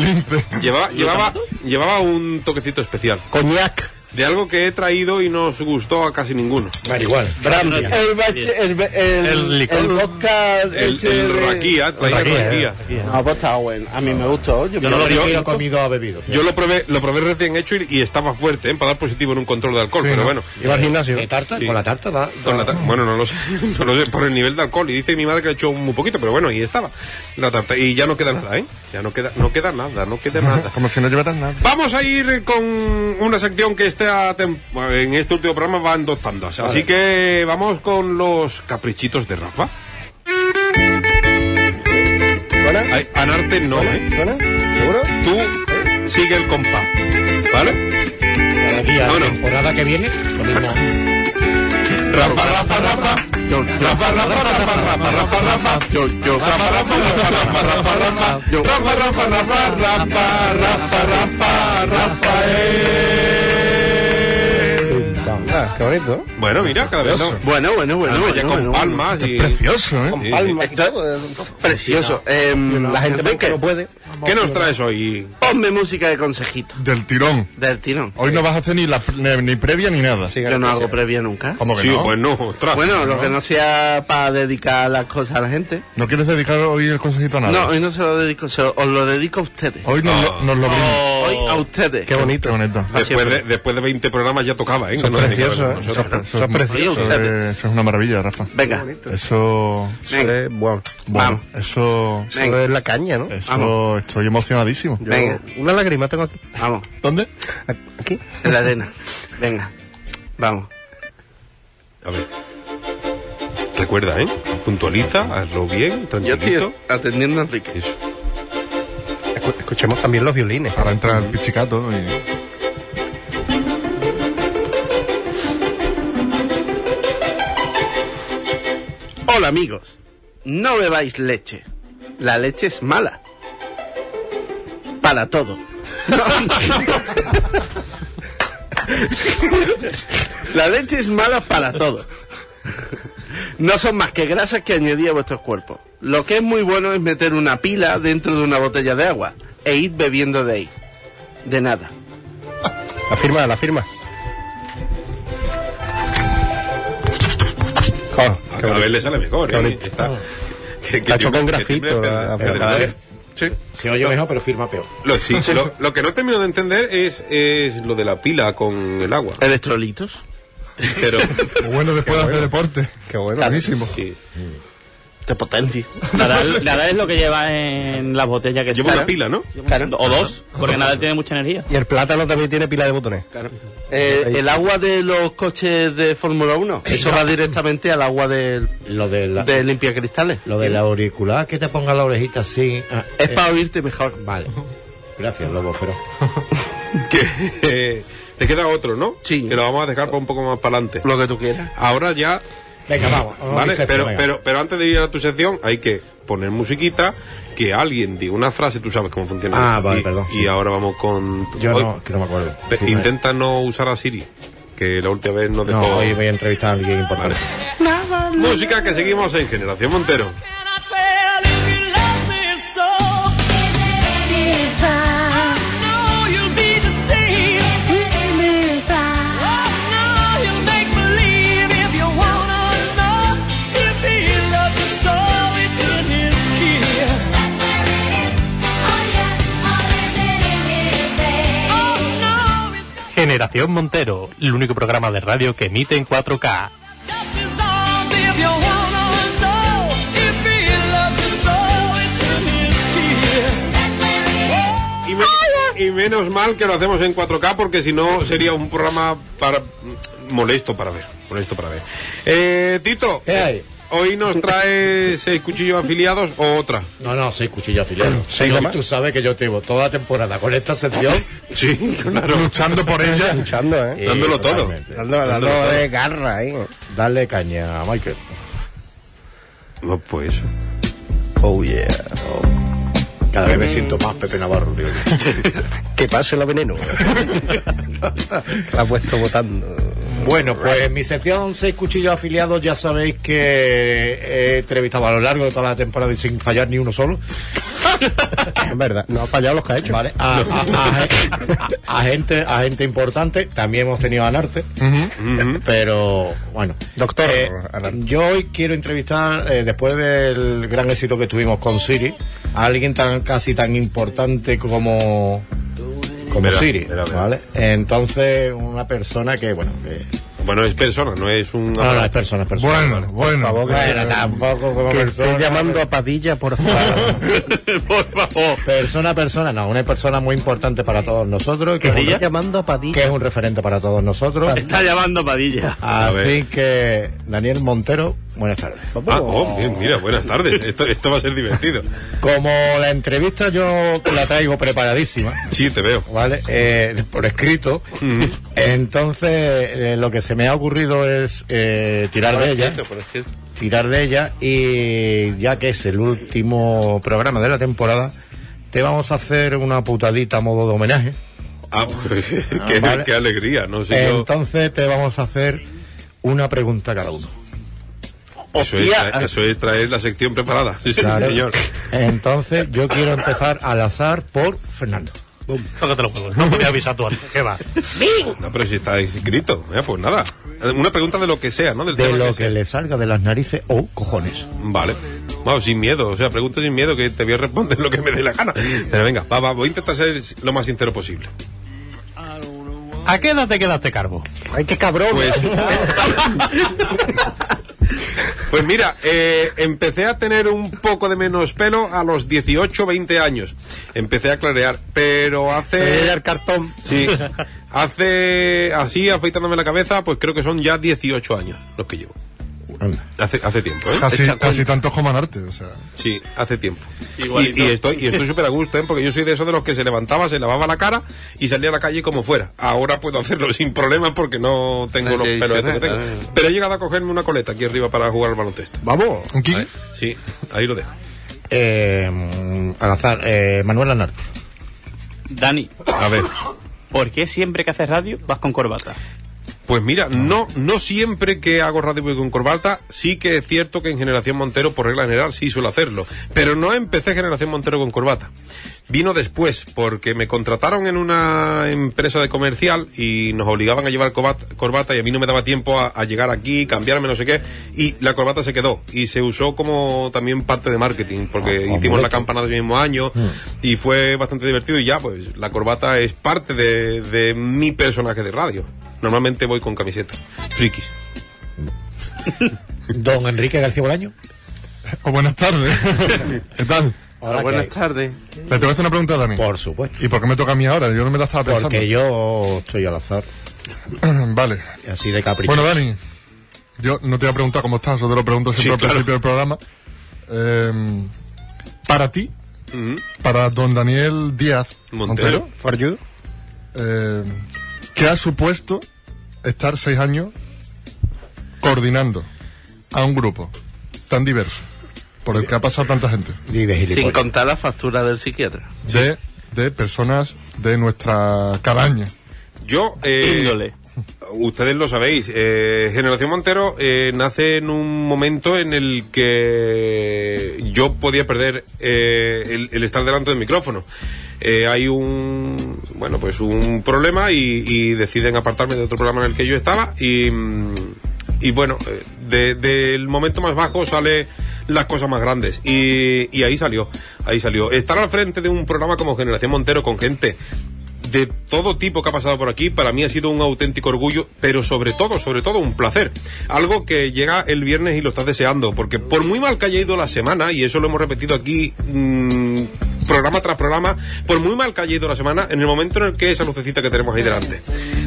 Speaker 2: Llevaba, llevaba, llevaba un toquecito especial.
Speaker 3: Coñac.
Speaker 2: De algo que he traído y no os gustó a casi ninguno.
Speaker 9: Marihuana.
Speaker 6: Brandy.
Speaker 4: El bache, el, el,
Speaker 8: El licor.
Speaker 4: el vodka,
Speaker 2: El,
Speaker 4: ese
Speaker 2: el
Speaker 4: de-
Speaker 2: raquía, traía raquía.
Speaker 7: eh.
Speaker 4: No, pues está bueno. A mí me gustó. Yo,
Speaker 6: Yo no lo
Speaker 9: Yo
Speaker 6: vi.
Speaker 9: he comido o bebido.
Speaker 2: Yo lo probé, lo probé recién hecho y, y estaba fuerte, ¿eh? para dar positivo en un control de alcohol, pero bueno.
Speaker 3: Iba al gimnasio.
Speaker 9: ¿De tarta?
Speaker 2: Sí.
Speaker 9: Con la tarta da.
Speaker 2: Con la ta- bueno, no lo sé, no lo sé, por el nivel de alcohol. Y dice mi madre que le echó muy poquito, pero bueno, y estaba la tarta. Y ya no queda nada, ¿eh? Ya no queda, no queda nada, no queda nada.
Speaker 5: Como si no llevaras nada.
Speaker 2: Vamos a ir con una sección que esta tem- en este último programa van dos tandas. Así que vamos con los caprichitos de Rafa.
Speaker 3: ¿Suena?
Speaker 2: Ay, Anarte no, ¿eh?
Speaker 3: ¿Suena? ¿Seguro?
Speaker 2: Tú sigue el compás, ¿vale?
Speaker 9: Cada día,
Speaker 2: Vámonos.
Speaker 9: temporada que viene, ponemos.
Speaker 2: Rafa, Rafa, Rafa.
Speaker 7: Yo, yo,
Speaker 2: Rafa, Rafa, Rafa, Rafa, Rafa, Rafa.
Speaker 7: yo, yo.
Speaker 2: Rafa, Rafa, Rafa, Rafa, Rafa, Rafa.
Speaker 7: Yo.
Speaker 2: Rafa, Rafa, Rafa, Rafa, Rafa, Rafa, Rafael.
Speaker 3: Ah, qué bonito.
Speaker 2: Bueno, mira, cada vez no.
Speaker 7: Bueno, bueno, bueno.
Speaker 2: Bueno, ya
Speaker 7: bueno,
Speaker 2: con
Speaker 7: bueno,
Speaker 2: palmas y...
Speaker 5: Precioso, ¿eh?
Speaker 2: Sí, sí.
Speaker 3: Palmas y
Speaker 7: Esto-
Speaker 3: todo.
Speaker 7: bueno. Precioso. Em, la gente ve
Speaker 3: que
Speaker 7: que
Speaker 3: no puede.
Speaker 2: ¿Qué nos traes hoy?
Speaker 7: ponme música de consejito.
Speaker 5: Del tirón.
Speaker 7: Del tirón.
Speaker 5: Hoy no vas a hacer ni, la, pre- ni previa ni nada.
Speaker 3: Sí.
Speaker 7: Yo no hago previa nunca.
Speaker 5: ¿Cómo que
Speaker 2: Sí,
Speaker 5: no?
Speaker 2: pues no, ostras.
Speaker 7: Bueno, lo que no sea para dedicar las cosas a la gente.
Speaker 5: ¿No quieres dedicar hoy el consejito a nada?
Speaker 7: No, eh, hoy no se lo dedico, se lo- os lo dedico a ustedes.
Speaker 5: Hoy nos, lo- nos lo brinda.
Speaker 7: Hoy a ustedes.
Speaker 3: Qué bonito.
Speaker 5: Qué bonito.
Speaker 2: Después de, después de 20 programas ya tocaba, ¿eh? Que no
Speaker 3: precioso,
Speaker 2: tenía que ver con
Speaker 3: ¿eh?
Speaker 2: nosotros.
Speaker 3: Claro,
Speaker 5: Eso,
Speaker 3: eso
Speaker 5: es
Speaker 3: es precioso.
Speaker 5: Eso, es- eso es una maravilla, Rafa.
Speaker 7: Venga,
Speaker 5: Eso...
Speaker 3: Eso es- bueno,
Speaker 5: Bueno,
Speaker 7: Vamos.
Speaker 5: eso...
Speaker 3: eso
Speaker 7: Venga.
Speaker 3: es la caña, ¿no?
Speaker 5: Eso...
Speaker 7: Vamos.
Speaker 5: Estoy emocionadísimo.
Speaker 3: Yo-
Speaker 7: Venga.
Speaker 3: Una lágrima tengo aquí.
Speaker 7: vamos,
Speaker 5: ¿Dónde?
Speaker 3: aquí.
Speaker 7: en la arena. Venga, vamos.
Speaker 2: A ver. Recuerda, ¿eh? Puntualiza, hazlo bien,
Speaker 7: Yo
Speaker 2: tranquilito.
Speaker 7: estoy atendiendo a Enrique.
Speaker 2: Eso.
Speaker 3: Escu- escuchemos también los violines.
Speaker 5: Ahora entra el pichicato y...
Speaker 7: Hola amigos, no bebáis leche. La leche es mala. Para todo. La leche es mala para todo. No son más que grasas que añadí a vuestros cuerpos. Lo que es muy bueno es meter una pila dentro de una botella de agua e ir bebiendo de ahí. De nada.
Speaker 3: La firma, la firma. Jo,
Speaker 2: A cada vez le sale mejor,
Speaker 3: Ah, Qué
Speaker 2: ¿eh?
Speaker 3: bonito. Ah.
Speaker 2: Está... que- que
Speaker 3: La ha hecho
Speaker 2: tiemble-
Speaker 3: con
Speaker 2: que
Speaker 3: grafito,
Speaker 2: tiemble-
Speaker 3: la- la-
Speaker 2: que tiemble-
Speaker 3: cada vez.
Speaker 2: Sí.
Speaker 9: Se oye mejor, pero firma peor.
Speaker 2: Lo, sí, lo, lo que no termino de entender es, es lo de la pila con el agua.
Speaker 7: ¿Electrolitos?
Speaker 2: Pero.
Speaker 5: Bueno, después de hacer deporte.
Speaker 3: Qué bueno.
Speaker 5: Buenísimo.
Speaker 2: sí.
Speaker 7: Te potencia.
Speaker 6: Nada, nada es lo que lleva en las botellas que
Speaker 2: Llevo
Speaker 6: se
Speaker 2: una pila, ¿no?
Speaker 6: O dos, porque nada tiene mucha energía.
Speaker 3: Y el plátano también tiene pila de botones.
Speaker 7: Eh, el agua de los coches de Fórmula 1, eso va directamente al agua del,
Speaker 9: Lo de la,
Speaker 7: de limpiacristales.
Speaker 9: lo del auricular, que te ponga la orejita así. ah,
Speaker 7: Es
Speaker 9: eh,
Speaker 7: para oírte mejor.
Speaker 9: Vale. Gracias, lobo feroz.
Speaker 2: Que. eh, Te queda otro, ¿no?
Speaker 7: Sí.
Speaker 2: Que lo vamos a dejar para un poco más para adelante.
Speaker 7: Lo que tú quieras.
Speaker 2: Ahora ya
Speaker 9: Venga, vamos. vamos a
Speaker 2: Vale,
Speaker 9: mi sección,
Speaker 2: pero,
Speaker 9: Oh, venga.
Speaker 2: pero, pero antes de ir a tu sección hay que poner musiquita, que alguien diga una frase, tú sabes cómo funciona.
Speaker 9: Ah,
Speaker 2: y,
Speaker 9: vale, perdón.
Speaker 2: Y ahora vamos con...
Speaker 9: Yo
Speaker 2: hoy-
Speaker 9: no, que no me acuerdo.
Speaker 2: pe-
Speaker 9: Sí,
Speaker 2: intenta no usar a Siri, que la última vez nos
Speaker 9: No,
Speaker 2: dejó...
Speaker 9: hoy voy a entrevistar a alguien
Speaker 2: Vale.
Speaker 9: importante.
Speaker 2: Música que seguimos en Generación Montero.
Speaker 8: Generación Montero, el único programa de radio que emite en 4K.
Speaker 2: Y me- y menos mal que lo hacemos en 4K porque si no sería un programa para mm, molesto para ver. Molesto para ver. Eh, Tito, hoy nos traes seis cuchillos afiliados o otra.
Speaker 9: No, no, seis cuchillos afiliados.
Speaker 2: ¿Seis
Speaker 9: Pero
Speaker 2: nomás?
Speaker 9: Tú sabes que yo te llevo toda la temporada con esta sección.
Speaker 2: sí, claro.
Speaker 5: Luchando por ella.
Speaker 3: Luchando, ¿eh?
Speaker 9: Eh,
Speaker 2: Dándolo todo.
Speaker 9: totalmente.
Speaker 3: Dando, dando
Speaker 9: Dándolo todo.
Speaker 3: de garra ahí.
Speaker 9: Dale caña a Michael.
Speaker 2: No, pues.
Speaker 3: Oh, yeah.
Speaker 9: Cada vez me siento más Pepe Navarro, tío.
Speaker 3: Que pase la veneno. la ha puesto votando.
Speaker 9: Bueno, pues mi sección Seis Cuchillos Afiliados, ya sabéis que he entrevistado a lo largo de toda la temporada y sin fallar ni uno solo.
Speaker 3: Es verdad, no ha fallado los que ha hecho.
Speaker 9: ¿vale? A, a- a- a gente, a gente importante, también hemos tenido a Narte, pero bueno.
Speaker 3: Doctor
Speaker 9: Eh,
Speaker 3: Anarte.
Speaker 9: yo hoy quiero entrevistar, eh, después del gran éxito que tuvimos con Siri, a alguien tan casi tan importante como, como
Speaker 2: Verá,
Speaker 9: Siri,
Speaker 2: verá, verá.
Speaker 9: ¿vale? Entonces, una persona que, bueno, que,
Speaker 2: Bueno, es persona, no es un.
Speaker 9: no, no, es persona, es persona.
Speaker 5: Bueno, bueno.
Speaker 3: favor,
Speaker 9: Bueno, tampoco como
Speaker 3: Que estoy
Speaker 9: persona.
Speaker 3: llamando a Padilla, por favor.
Speaker 6: Por favor.
Speaker 9: Persona, persona, no, una persona muy importante para todos nosotros, que, es un-
Speaker 3: Estoy llamando a Padilla.
Speaker 9: que es un referente para todos nosotros.
Speaker 6: Está llamando Padilla.
Speaker 9: Así que, Daniel Montero, Ah, buenas tardes.
Speaker 2: Ah, oh, bien, mira, buenas tardes. Esto, esto va a ser divertido.
Speaker 9: Como la entrevista yo la traigo preparadísima,
Speaker 2: Sí, te veo.
Speaker 9: ¿vale? Eh, por escrito. Entonces, eh, lo que se me ha ocurrido es eh, tirar de ella. Tirar de ella y ya que es el último programa de la temporada, te vamos a hacer una putadita a modo de homenaje.
Speaker 2: Ah, pues, qué,
Speaker 9: vale. Eh,
Speaker 2: qué alegría, no sé Pues yo.
Speaker 9: Entonces te vamos a hacer una pregunta cada uno.
Speaker 2: Eso es, tra- eso es traer la sección preparada. Sí, sí,
Speaker 9: Claro.
Speaker 2: señor.
Speaker 9: Entonces yo quiero empezar al azar por Fernando.
Speaker 8: Tócate los huevos. No te voy a avisar tú antes. ¿Qué va?
Speaker 2: No, pero si está escrito, eh, pues nada. Eh, Una pregunta de lo que sea, ¿no? Del
Speaker 9: De
Speaker 2: tema
Speaker 9: lo
Speaker 2: sea.
Speaker 9: que le salga de las narices o cojones.
Speaker 2: Vale. Vamos, sin miedo, o sea, pregunto sin miedo que te voy a responder lo que me dé la gana. Pero venga, va, va, voy a intentar ser lo más sincero posible.
Speaker 8: ¿A qué edad te quedaste cargo?
Speaker 3: Ay, qué cabrón.
Speaker 2: Pues, pues mira, eh, empecé a tener un poco de menos pelo a los 18, 20 años. Empecé a clarear, pero
Speaker 3: Eh, el
Speaker 2: hace...
Speaker 3: cartón.
Speaker 2: Sí, hace así, afeitándome la cabeza, pues creo que son ya 18 años los que llevo. Hace, hace tiempo, ¿eh?
Speaker 5: Casi,
Speaker 2: Echa-
Speaker 5: casi tantos como Anarte, o sea.
Speaker 2: Sí, hace tiempo. Y, y estoy y estoy súper a gusto, ¿eh? porque yo soy de esos de los que se levantaba, se lavaba la cara y salía a la calle como fuera. Ahora puedo hacerlo sin problemas porque no tengo los pelos estos que tengo. Pero he llegado a cogerme una coleta aquí arriba para jugar al baloncesto.
Speaker 9: Vamos.
Speaker 5: ¿Un kick?
Speaker 2: Sí, ahí lo dejo.
Speaker 9: Eh, al azar, eh, Manuel Anarte.
Speaker 6: Dani,
Speaker 2: A ver.
Speaker 6: ¿por qué siempre que haces radio vas con corbata?
Speaker 2: Pues mira, no, no siempre que hago radio voy con corbata, sí que es cierto que en Generación Montero, por regla general, sí suelo hacerlo. Pero no empecé Generación Montero con corbata. Vino después, porque me contrataron en una empresa de comercial y nos obligaban a llevar cobat- corbata y a mí no me daba tiempo a, a llegar aquí, cambiarme, no sé qué, y la corbata se quedó. Y se usó como también parte de marketing, porque hicimos la campana del mismo año y fue bastante divertido y ya, pues la corbata es parte de- de mi personaje de radio. Normalmente voy con camiseta. Frikis.
Speaker 9: Don Enrique García Bolaño.
Speaker 5: O buenas tardes. ¿Qué tal?
Speaker 9: Ahora
Speaker 7: buenas
Speaker 9: que-
Speaker 7: tardes.
Speaker 5: Le tengo que hacer una pregunta a Dani.
Speaker 9: Por supuesto.
Speaker 5: ¿Y por qué me toca a mí ahora? Yo no me la estaba pensando.
Speaker 9: Porque yo estoy al azar.
Speaker 5: vale.
Speaker 9: Así de caprichoso.
Speaker 5: Bueno, Dani, yo no te voy a preguntar cómo estás, yo te lo pregunto siempre
Speaker 2: Sí,
Speaker 5: al
Speaker 2: claro.
Speaker 5: principio del programa. Eh, para ti, para don Daniel Díaz
Speaker 2: Montero.
Speaker 5: Montero,
Speaker 3: For you.
Speaker 5: eh, ¿qué ha supuesto estar seis años coordinando a un grupo tan diverso, por el que ha pasado tanta gente?
Speaker 9: Y de
Speaker 7: Sin
Speaker 9: gilipollas.
Speaker 7: contar la factura del psiquiatra.
Speaker 5: De, de personas de nuestra calaña.
Speaker 2: Yo, eh,
Speaker 6: Índole.
Speaker 2: ustedes lo sabéis, eh, Generación Montero eh, nace en un momento en el que yo podía perder eh, el, el estar delante del micrófono. Eh, hay un, bueno, pues un problema y, y deciden apartarme de otro programa en el que yo estaba y, mm, y bueno, eh, de- del momento más bajo sale las cosas más grandes. Y, y ahí salió, ahí salió. Estar al frente de un programa como Generación Montero con gente de todo tipo que ha pasado por aquí, para mí ha sido un auténtico orgullo, pero sobre todo, sobre todo un placer. Algo que llega el viernes y lo estás deseando, porque por muy mal que haya ido la semana, y eso lo hemos repetido aquí mm, programa tras programa, por muy mal que haya ido la semana, en el momento en el que esa lucecita que tenemos ahí delante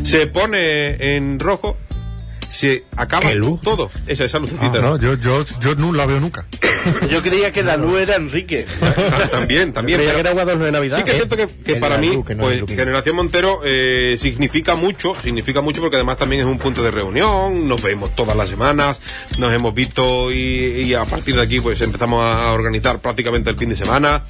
Speaker 2: se pone en rojo, se acaba todo. Esa, esa lucecita.
Speaker 5: No, yo, yo, yo no la veo nunca.
Speaker 7: Yo creía que la luz era Enrique.
Speaker 2: Ah, También, también.
Speaker 7: Creía
Speaker 2: pero-
Speaker 7: que era Guadalupe de Navidad,
Speaker 2: Sí que es
Speaker 7: ¿eh?
Speaker 2: cierto que, que
Speaker 7: El
Speaker 2: para mí,
Speaker 7: Guadalupe, que no
Speaker 2: pues,
Speaker 7: es Luque.
Speaker 2: Generación Montero eh, significa mucho, significa mucho porque además también es un punto de reunión, nos vemos todas las semanas, nos hemos visto y, y a partir de aquí pues empezamos a organizar prácticamente el fin de semana.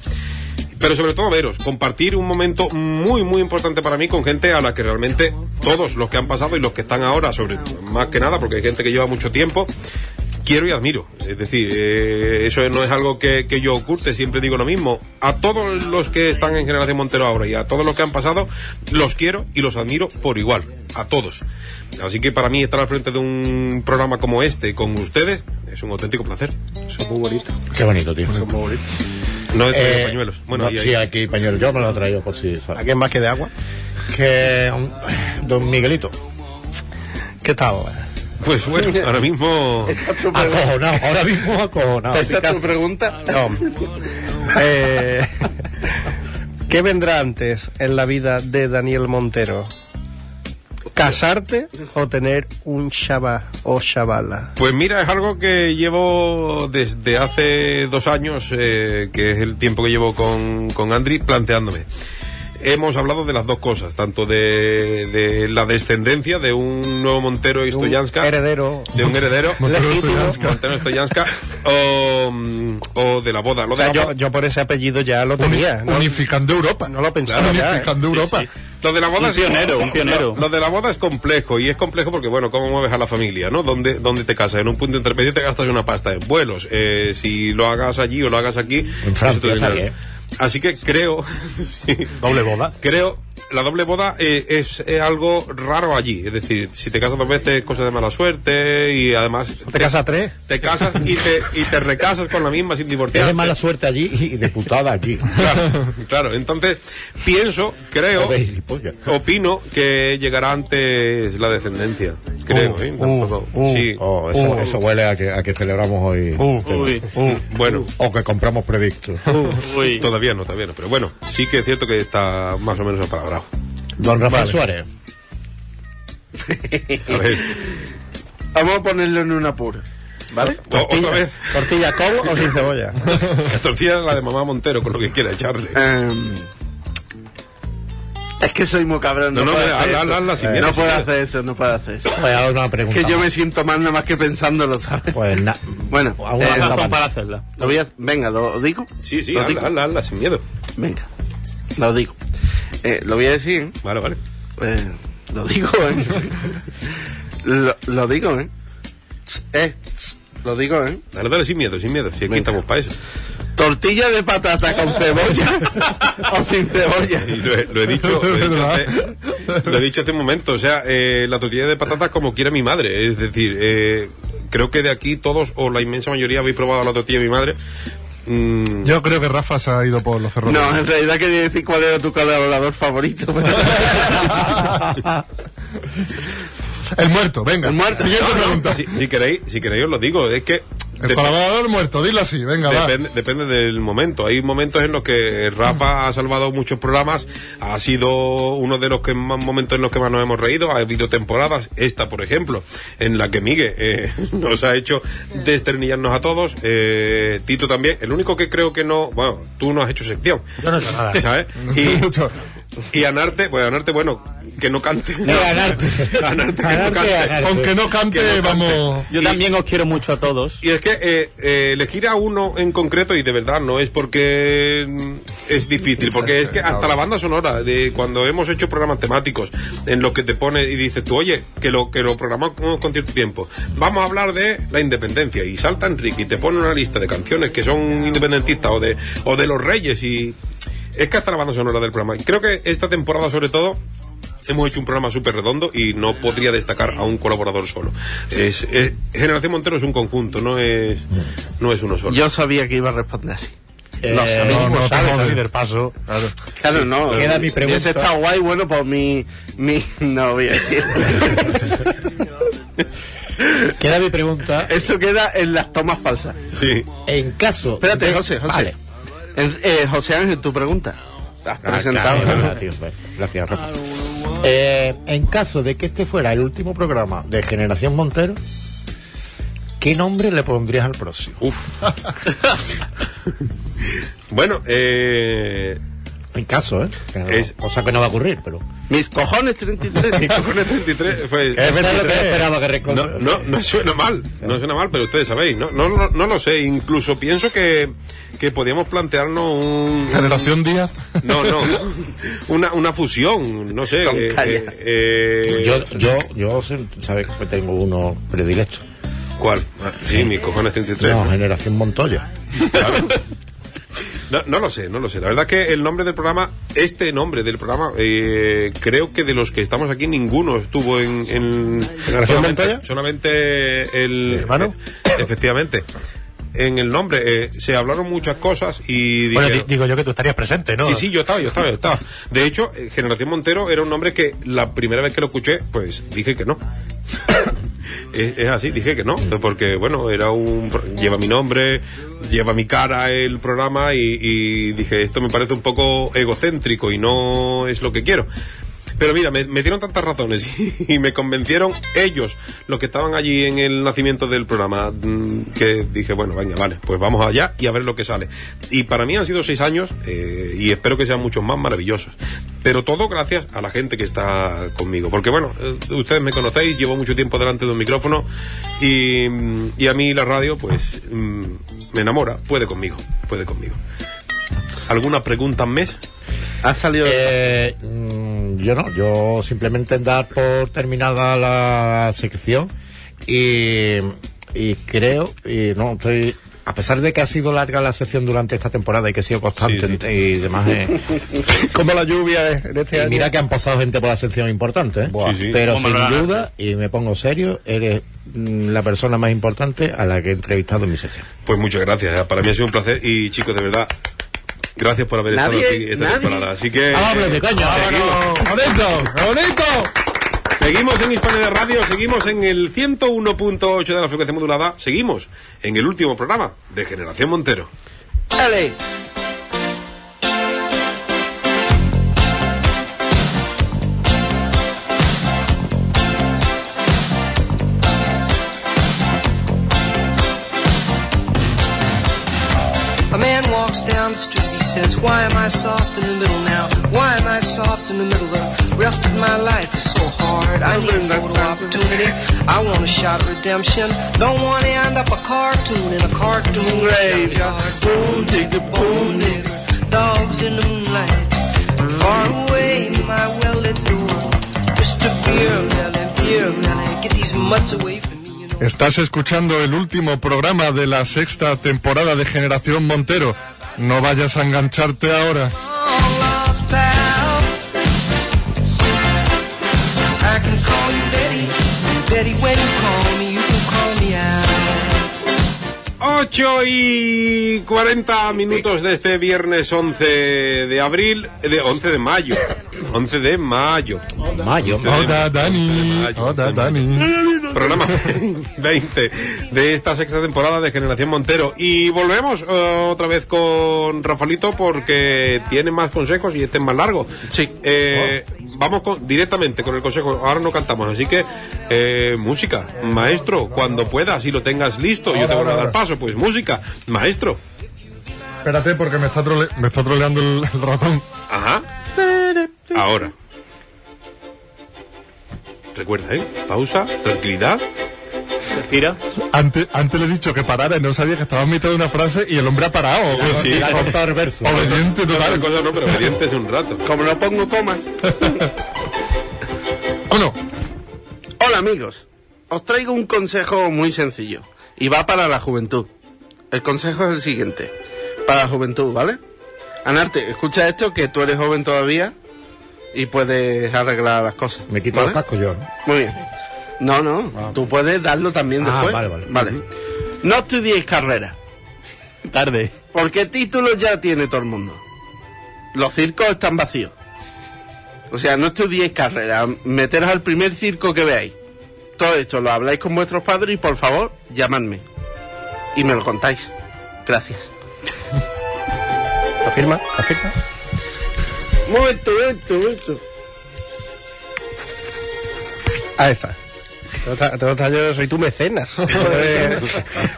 Speaker 2: Pero sobre todo veros, compartir un momento muy, muy importante para mí con gente a la que realmente todos los que han pasado y los que están ahora, sobre más que nada, porque hay gente que lleva mucho tiempo, quiero y admiro. Es decir, eh, eso no es algo que, que yo oculte, siempre digo lo mismo. A todos los que están en Generación Montero ahora y a todos los que han pasado, los quiero y los admiro por igual, a todos. Así que para mí estar al frente de un programa como este con ustedes es un auténtico placer.
Speaker 5: Eso es muy bonito.
Speaker 9: Qué bonito, tío.
Speaker 2: No he traído
Speaker 9: Eh,
Speaker 2: pañuelos. Bueno,
Speaker 9: no,
Speaker 2: ahí,
Speaker 9: sí,
Speaker 2: ahí.
Speaker 9: aquí hay pañuelos. Yo me lo he traído por si.
Speaker 3: ¿A quién más que de agua?
Speaker 9: Que. um, Don Miguelito.
Speaker 3: ¿Qué tal?
Speaker 2: Pues bueno, ahora mismo.
Speaker 9: Acojonado, ahora mismo acojonado.
Speaker 7: ¿Esa es tu pregunta?
Speaker 3: No. Eh, ¿Qué vendrá antes en la vida de Daniel Montero? ¿Casarte o tener un chava o chavala?
Speaker 2: Pues mira, es algo que llevo desde hace dos años, eh, que es el tiempo que llevo con, con Andri, planteándome. Hemos hablado de las dos cosas, tanto de, de la descendencia de un nuevo Montero y Stoyanska,
Speaker 3: Heredero.
Speaker 2: de un heredero,
Speaker 3: Montero
Speaker 2: legítimo,
Speaker 3: Stoyanska.
Speaker 2: Montero Stoyanska, o, mm, o de la boda. Lo
Speaker 3: O
Speaker 2: de
Speaker 3: sea,
Speaker 2: la
Speaker 3: yo,
Speaker 2: boda-
Speaker 3: yo por ese apellido ya lo tenía. ¿no?
Speaker 5: Unificando Europa.
Speaker 3: No lo pensaba
Speaker 5: Claro,
Speaker 3: ya, ¿eh?
Speaker 5: unificando
Speaker 3: Sí,
Speaker 5: Europa.
Speaker 3: sí.
Speaker 2: Lo de la boda
Speaker 6: Un
Speaker 2: es
Speaker 6: pionero, un pionero.
Speaker 2: Lo, lo de la boda es complejo y es complejo porque bueno, cómo mueves a la familia, ¿no? ¿Dónde, dónde te casas? En un punto intermedio te gastas una pasta en vuelos. Eh, si lo hagas allí o lo hagas aquí, en
Speaker 9: Francia, ¿sabes
Speaker 2: Así que creo,
Speaker 8: Doble boda.
Speaker 2: creo la doble boda eh, es eh, algo raro allí. Es decir, si te casas dos veces es cosa de mala suerte y además
Speaker 3: ¿Te casas tres?
Speaker 2: te casas y te y te recasas con la misma sin
Speaker 9: Es
Speaker 2: divorciarte.
Speaker 9: de mala suerte allí y de putada aquí.
Speaker 2: Claro, claro. Entonces pienso, creo.
Speaker 9: De gilipollas.
Speaker 2: Opino que llegará antes la descendencia, creo,
Speaker 9: Uh,
Speaker 2: ¿eh?
Speaker 9: uh,
Speaker 2: Tampoco-
Speaker 9: uh,
Speaker 2: sí.
Speaker 9: oh, eso, eso huele a que, a que celebramos hoy.
Speaker 3: Uh.
Speaker 6: Uy,
Speaker 2: Bueno,
Speaker 9: O que compramos predictos.
Speaker 7: uh.
Speaker 6: uy.
Speaker 2: todavía no, todavía no, pero bueno, sí que es cierto que está más o menos apalabrado.
Speaker 9: Don Rafael Suárez.
Speaker 2: A ver,
Speaker 7: Vamos a ponerlo en un apuro. ¿Vale?
Speaker 2: o- otra vez,
Speaker 3: ¿Tortilla con o sin cebolla?
Speaker 2: la tortilla es la de mamá Montero, con lo que quiera echarle.
Speaker 7: Em, es que soy muy cabrón.
Speaker 2: No, no,
Speaker 7: puedo
Speaker 2: hombre,
Speaker 7: hacer
Speaker 2: habla,
Speaker 7: eso.
Speaker 2: habla, habla, si
Speaker 7: Eh,
Speaker 2: quieres,
Speaker 7: no puedo
Speaker 2: si quieres.
Speaker 7: hacer eso, no puedo hacer eso.
Speaker 9: Pues ahora una pregunta.
Speaker 7: Que yo
Speaker 9: más.
Speaker 7: me siento mal nada más que pensándolo, ¿sabes?
Speaker 9: Pues na-
Speaker 7: Bueno,
Speaker 9: Alguna
Speaker 7: eh,
Speaker 9: cosa
Speaker 6: Razón
Speaker 9: vale.
Speaker 6: para hacerla.
Speaker 7: lo voy a... Venga, lo digo.
Speaker 2: Sí, sí,
Speaker 7: Lo
Speaker 2: hazla,
Speaker 7: digo.
Speaker 2: hazla, hazla, sin miedo.
Speaker 7: Venga, lo digo. Eh, lo voy a decir,
Speaker 2: Vale, vale.
Speaker 7: ¿eh? Eh, lo digo, ¿eh? lo, lo digo, ¿eh? Tss, eh, tss, lo digo, ¿eh?
Speaker 2: Dale, dale, sin miedo, sin miedo. Si aquí
Speaker 7: Venga.
Speaker 2: estamos para eso.
Speaker 7: Tortilla de patata con cebolla o sin cebolla.
Speaker 2: Y Lo he, lo he dicho, lo he dicho, hace, lo he dicho hace un momento. O sea, eh, la tortilla de patatas como quiere mi madre. Es decir, eh, creo que de aquí todos o la inmensa mayoría habéis probado la tortilla de mi madre. Mm,
Speaker 5: Yo creo que Rafa se ha ido por los cerros.
Speaker 7: No, en realidad quería decir cuál era tu colaborador favorito. pero-
Speaker 5: El muerto, venga.
Speaker 7: El muerto.
Speaker 5: Siguiente
Speaker 7: No, no.
Speaker 5: pregunta.
Speaker 2: si, si queréis, si queréis os lo digo. Es que
Speaker 5: El
Speaker 2: dep-
Speaker 5: colaborador muerto, dilo así, venga, va.
Speaker 2: depende, depende del momento. Hay momentos en los que
Speaker 8: Mm.
Speaker 2: Rafa ha salvado muchos programas. Ha sido uno de los que más momentos en los que más nos hemos reído. Ha habido temporadas, esta por ejemplo, en la que Miguel eh, nos ha hecho desternillarnos a todos. Eh, Tito también. El único que creo que no, bueno, tú no has hecho sección,
Speaker 8: Yo no he hecho nada.
Speaker 2: ¿sabes? Y, y Anarte, pues Anarte, bueno, que no cante.
Speaker 9: No, Anarte.
Speaker 2: Anarte, que no
Speaker 9: Anarte,
Speaker 2: cante.
Speaker 9: Anarte.
Speaker 5: Aunque no cante,
Speaker 2: Que no cante.
Speaker 5: vamos.
Speaker 6: Yo también os quiero mucho a todos.
Speaker 2: Y es que eh, eh, elegir a uno en concreto, y de verdad no es porque mm, es difícil, porque es que hasta la banda sonora, de cuando hemos hecho programas temáticos, en los que te pone y dices tú, oye, que lo, que lo programamos con cierto tiempo, vamos a hablar de la independencia, y salta Enrique y te pone una lista de canciones que son independentistas o de, o de los reyes, y es que hasta la banda sonora del programa. Y creo que esta temporada, sobre todo, Hemos hecho un programa súper redondo y no podría destacar a un colaborador solo. Es, es- Generación Montero es un conjunto, no es, no es uno solo.
Speaker 7: Yo sabía que iba a responder así.
Speaker 9: Eh,
Speaker 7: Lo sabía.
Speaker 9: no, no,
Speaker 8: ¿Sabes?
Speaker 9: no,
Speaker 8: Salir
Speaker 9: no.
Speaker 8: del paso.
Speaker 7: Claro, no.
Speaker 9: Queda mi pregunta.
Speaker 7: Ese está guay, bueno, pues mi. mi no voy a decir.
Speaker 9: Queda mi pregunta.
Speaker 7: Eso queda en las tomas falsas.
Speaker 2: Sí.
Speaker 9: En caso.
Speaker 7: Espérate,
Speaker 9: de-
Speaker 7: José, José.
Speaker 9: Vale. Ah,
Speaker 7: En- eh, José Ángel, tu pregunta. Te has presentado.
Speaker 9: claro, claro, tío, pues, Gracias, Rafa. Eh, en caso de que este fuera el último programa de Generación Montero, ¿qué nombre le pondrías al próximo?
Speaker 2: Uf. bueno, eh,
Speaker 9: En caso, ¿eh? Que no-
Speaker 2: Es-
Speaker 9: Cosa que no va a ocurrir, pero.
Speaker 7: Mis cojones 33.
Speaker 2: mis cojones 33 fue-
Speaker 9: Que eso es lo que esperaba que recon-
Speaker 2: No, no, no suena mal, no suena mal, pero ustedes sabéis, no, no, lo- no lo sé. Incluso pienso que, que podíamos plantearnos un.
Speaker 5: Generación Díaz.
Speaker 2: No, no. Una, una fusión, no sé.
Speaker 7: Don
Speaker 2: eh,
Speaker 7: Calla.
Speaker 2: eh, eh,
Speaker 9: Yo, yo, yo, sé- sabes que tengo uno predilecto. Eh,
Speaker 2: ¿Cuál? Ah, Sí, mis cojones 33.
Speaker 9: No,
Speaker 2: ¿no?
Speaker 9: Generación Montoya.
Speaker 2: Claro. No, no lo sé, no lo sé. La verdad que el nombre del programa, este nombre del programa, eh, creo que de los que estamos aquí ninguno estuvo en... en
Speaker 9: ¿Generación Montoya?
Speaker 2: solamente, solamente el...
Speaker 9: hermano?
Speaker 2: eh, efectivamente. En el nombre eh, se hablaron muchas cosas y...
Speaker 8: Bueno,
Speaker 2: dijeron-
Speaker 8: di- digo yo que tú estarías presente, ¿no?
Speaker 2: Sí, sí, yo estaba, yo estaba, yo estaba. De hecho, eh, Generación Montero era un nombre que la primera vez que lo escuché, pues dije que no. es, es así, dije que no, porque bueno, era un. pro- lleva mi nombre, lleva mi cara el programa y, y dije, esto me parece un poco egocéntrico y no es lo que quiero. Pero mira, me, me dieron tantas razones y, me convencieron ellos, los que estaban allí en el nacimiento del programa, mm, que dije, bueno, venga, vale, pues vamos allá y a ver lo que sale. Y para mí han sido seis años eh, y espero que sean muchos más maravillosos. Pero todo gracias a la gente que está conmigo. Porque bueno, eh, ustedes me conocéis, llevo mucho tiempo delante de un micrófono y, mm, y a mí la radio, pues, mm, me enamora. Puede conmigo, puede conmigo. ¿Alguna pregunta mes?
Speaker 7: Ha salido.
Speaker 9: Eh, mm, yo no, yo simplemente dar por terminada la sección y, y creo, y no, estoy, a pesar de que ha sido larga la sección durante esta temporada y que ha sido constante
Speaker 2: Sí, sí.
Speaker 9: y demás, eh,
Speaker 3: Como la lluvia en este
Speaker 9: y
Speaker 3: año.
Speaker 9: mira que han pasado gente por la sección importante, ¿eh?
Speaker 2: Buah. Sí, sí.
Speaker 9: pero
Speaker 6: Hombre,
Speaker 9: sin
Speaker 6: la-
Speaker 9: duda, y me pongo serio, eres mm, la persona más importante a la que he entrevistado en mi sección.
Speaker 2: Pues muchas gracias, ¿eh? para mí ha sido un placer y chicos, de verdad, gracias por haber
Speaker 7: Nadie-
Speaker 2: estado aquí esta
Speaker 7: nadie-
Speaker 2: temporada. Así que eh, seguimos,
Speaker 9: ¡Bonito! ¡Bonito!
Speaker 2: seguimos en Hispania de Radio, seguimos en el 101.8 de la frecuencia modulada, seguimos en el último programa de Generación Montero.
Speaker 7: Dale.
Speaker 10: A man walks down the street, he says, Why am I soft in the middle now? Why am I soft in the middle? The rest of my life is so hard. I need photo opportunity. I want a shot at redemption. Don't want to end up a cartoon in a cartoon graveyard. Boom, digger, boom, digger. Dogs in the moonlight. Far away, my well-lit door. Mr. Beer Melly, Beer Melly, get these mutts away from me. You know.
Speaker 5: Estás escuchando el último programa de la sexta temporada de Generación Montero. No vayas a engancharte ahora.
Speaker 10: long lost pal. I can call you Betty, Betty. When you call me, you can call me out.
Speaker 2: 8 y 40 minutos de este viernes 11 de abril, de 11 de mayo, 11 de mayo.
Speaker 9: Mayo.
Speaker 5: Hola, Dani. Hola, Dani.
Speaker 2: programa 20 de esta sexta temporada de Generación Montero. Y volvemos eh, otra vez con Rafalito porque tiene más consejos y este es más largo.
Speaker 7: Sí.
Speaker 2: Eh, Vamos con- directamente con el consejo. Ahora no cantamos, así que eh, música, maestro, cuando puedas y lo tengas listo, yo te voy a dar paso. Pues música, maestro.
Speaker 5: Espérate porque me está, trole- me está troleando el, el ratón.
Speaker 2: Ajá. Ahora. Recuerda, ¿eh? Pausa, tranquilidad.
Speaker 6: Respira.
Speaker 5: Antes, antes le he dicho que parara y no sabía que estaba en mitad de una frase y el hombre ha parado.
Speaker 2: Sí.
Speaker 9: Ha cortado el verso.
Speaker 5: Obediente
Speaker 2: Otra
Speaker 5: total.
Speaker 2: cosa no, pero pendientes un rato.
Speaker 7: Como no pongo comas.
Speaker 5: ¿O no?
Speaker 7: Hola amigos, os traigo un consejo muy sencillo y va para la juventud. El consejo es el siguiente, para la juventud, ¿vale? Anarte, escucha esto que tú eres joven todavía y puedes arreglar las cosas.
Speaker 9: Me quito
Speaker 7: ¿vale?
Speaker 9: los cascos yo, ¿no?
Speaker 7: Muy bien. No, no, tú puedes darlo también
Speaker 9: Ah,
Speaker 7: después.
Speaker 9: vale, vale.
Speaker 7: No estudiéis carrera,
Speaker 6: Tarde.
Speaker 7: porque títulos ya tiene todo el mundo. Los circos están vacíos. O sea, no estudiéis carrera, meteros al primer circo que veáis. Todo esto lo habláis con vuestros padres y por favor, llamadme. Y me lo contáis. Gracias.
Speaker 3: ¿Lo firma? ¿Lo firma?
Speaker 7: Momento, momento, momento.
Speaker 3: A esa. Te nota- te nota yo soy tu mecenas.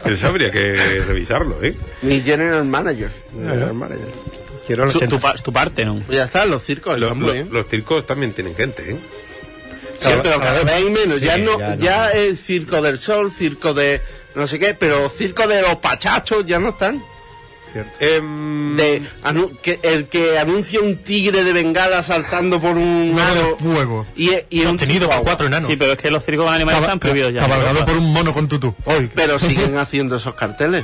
Speaker 2: Eso habría que revisarlo, ¿eh?
Speaker 7: Mi general manager. General
Speaker 3: manager. Quiero
Speaker 2: los
Speaker 7: Su-
Speaker 2: 80.
Speaker 7: pa-
Speaker 6: parte, ¿no?
Speaker 7: Ya está, los circos.
Speaker 2: Los,
Speaker 7: están muy
Speaker 2: los-
Speaker 7: bien.
Speaker 2: los circos también tienen gente, ¿eh?
Speaker 7: Sí, pero cada vez hay menos.
Speaker 2: Sí,
Speaker 7: ya, no,
Speaker 2: ya
Speaker 7: ya,
Speaker 2: no.
Speaker 7: el circo del sol, circo de no sé qué, pero circo de los pachachos ya no están.
Speaker 6: Em,
Speaker 7: De, anu- que- el que anuncia un tigre de bengala saltando por un aro
Speaker 5: fuego
Speaker 7: y, e- y un chihuahua.
Speaker 6: Sí, pero es que los circos animales están prohibidos ya.
Speaker 5: Cabalgado por un mono con tutú. Hoy.
Speaker 7: Pero siguen haciendo esos carteles.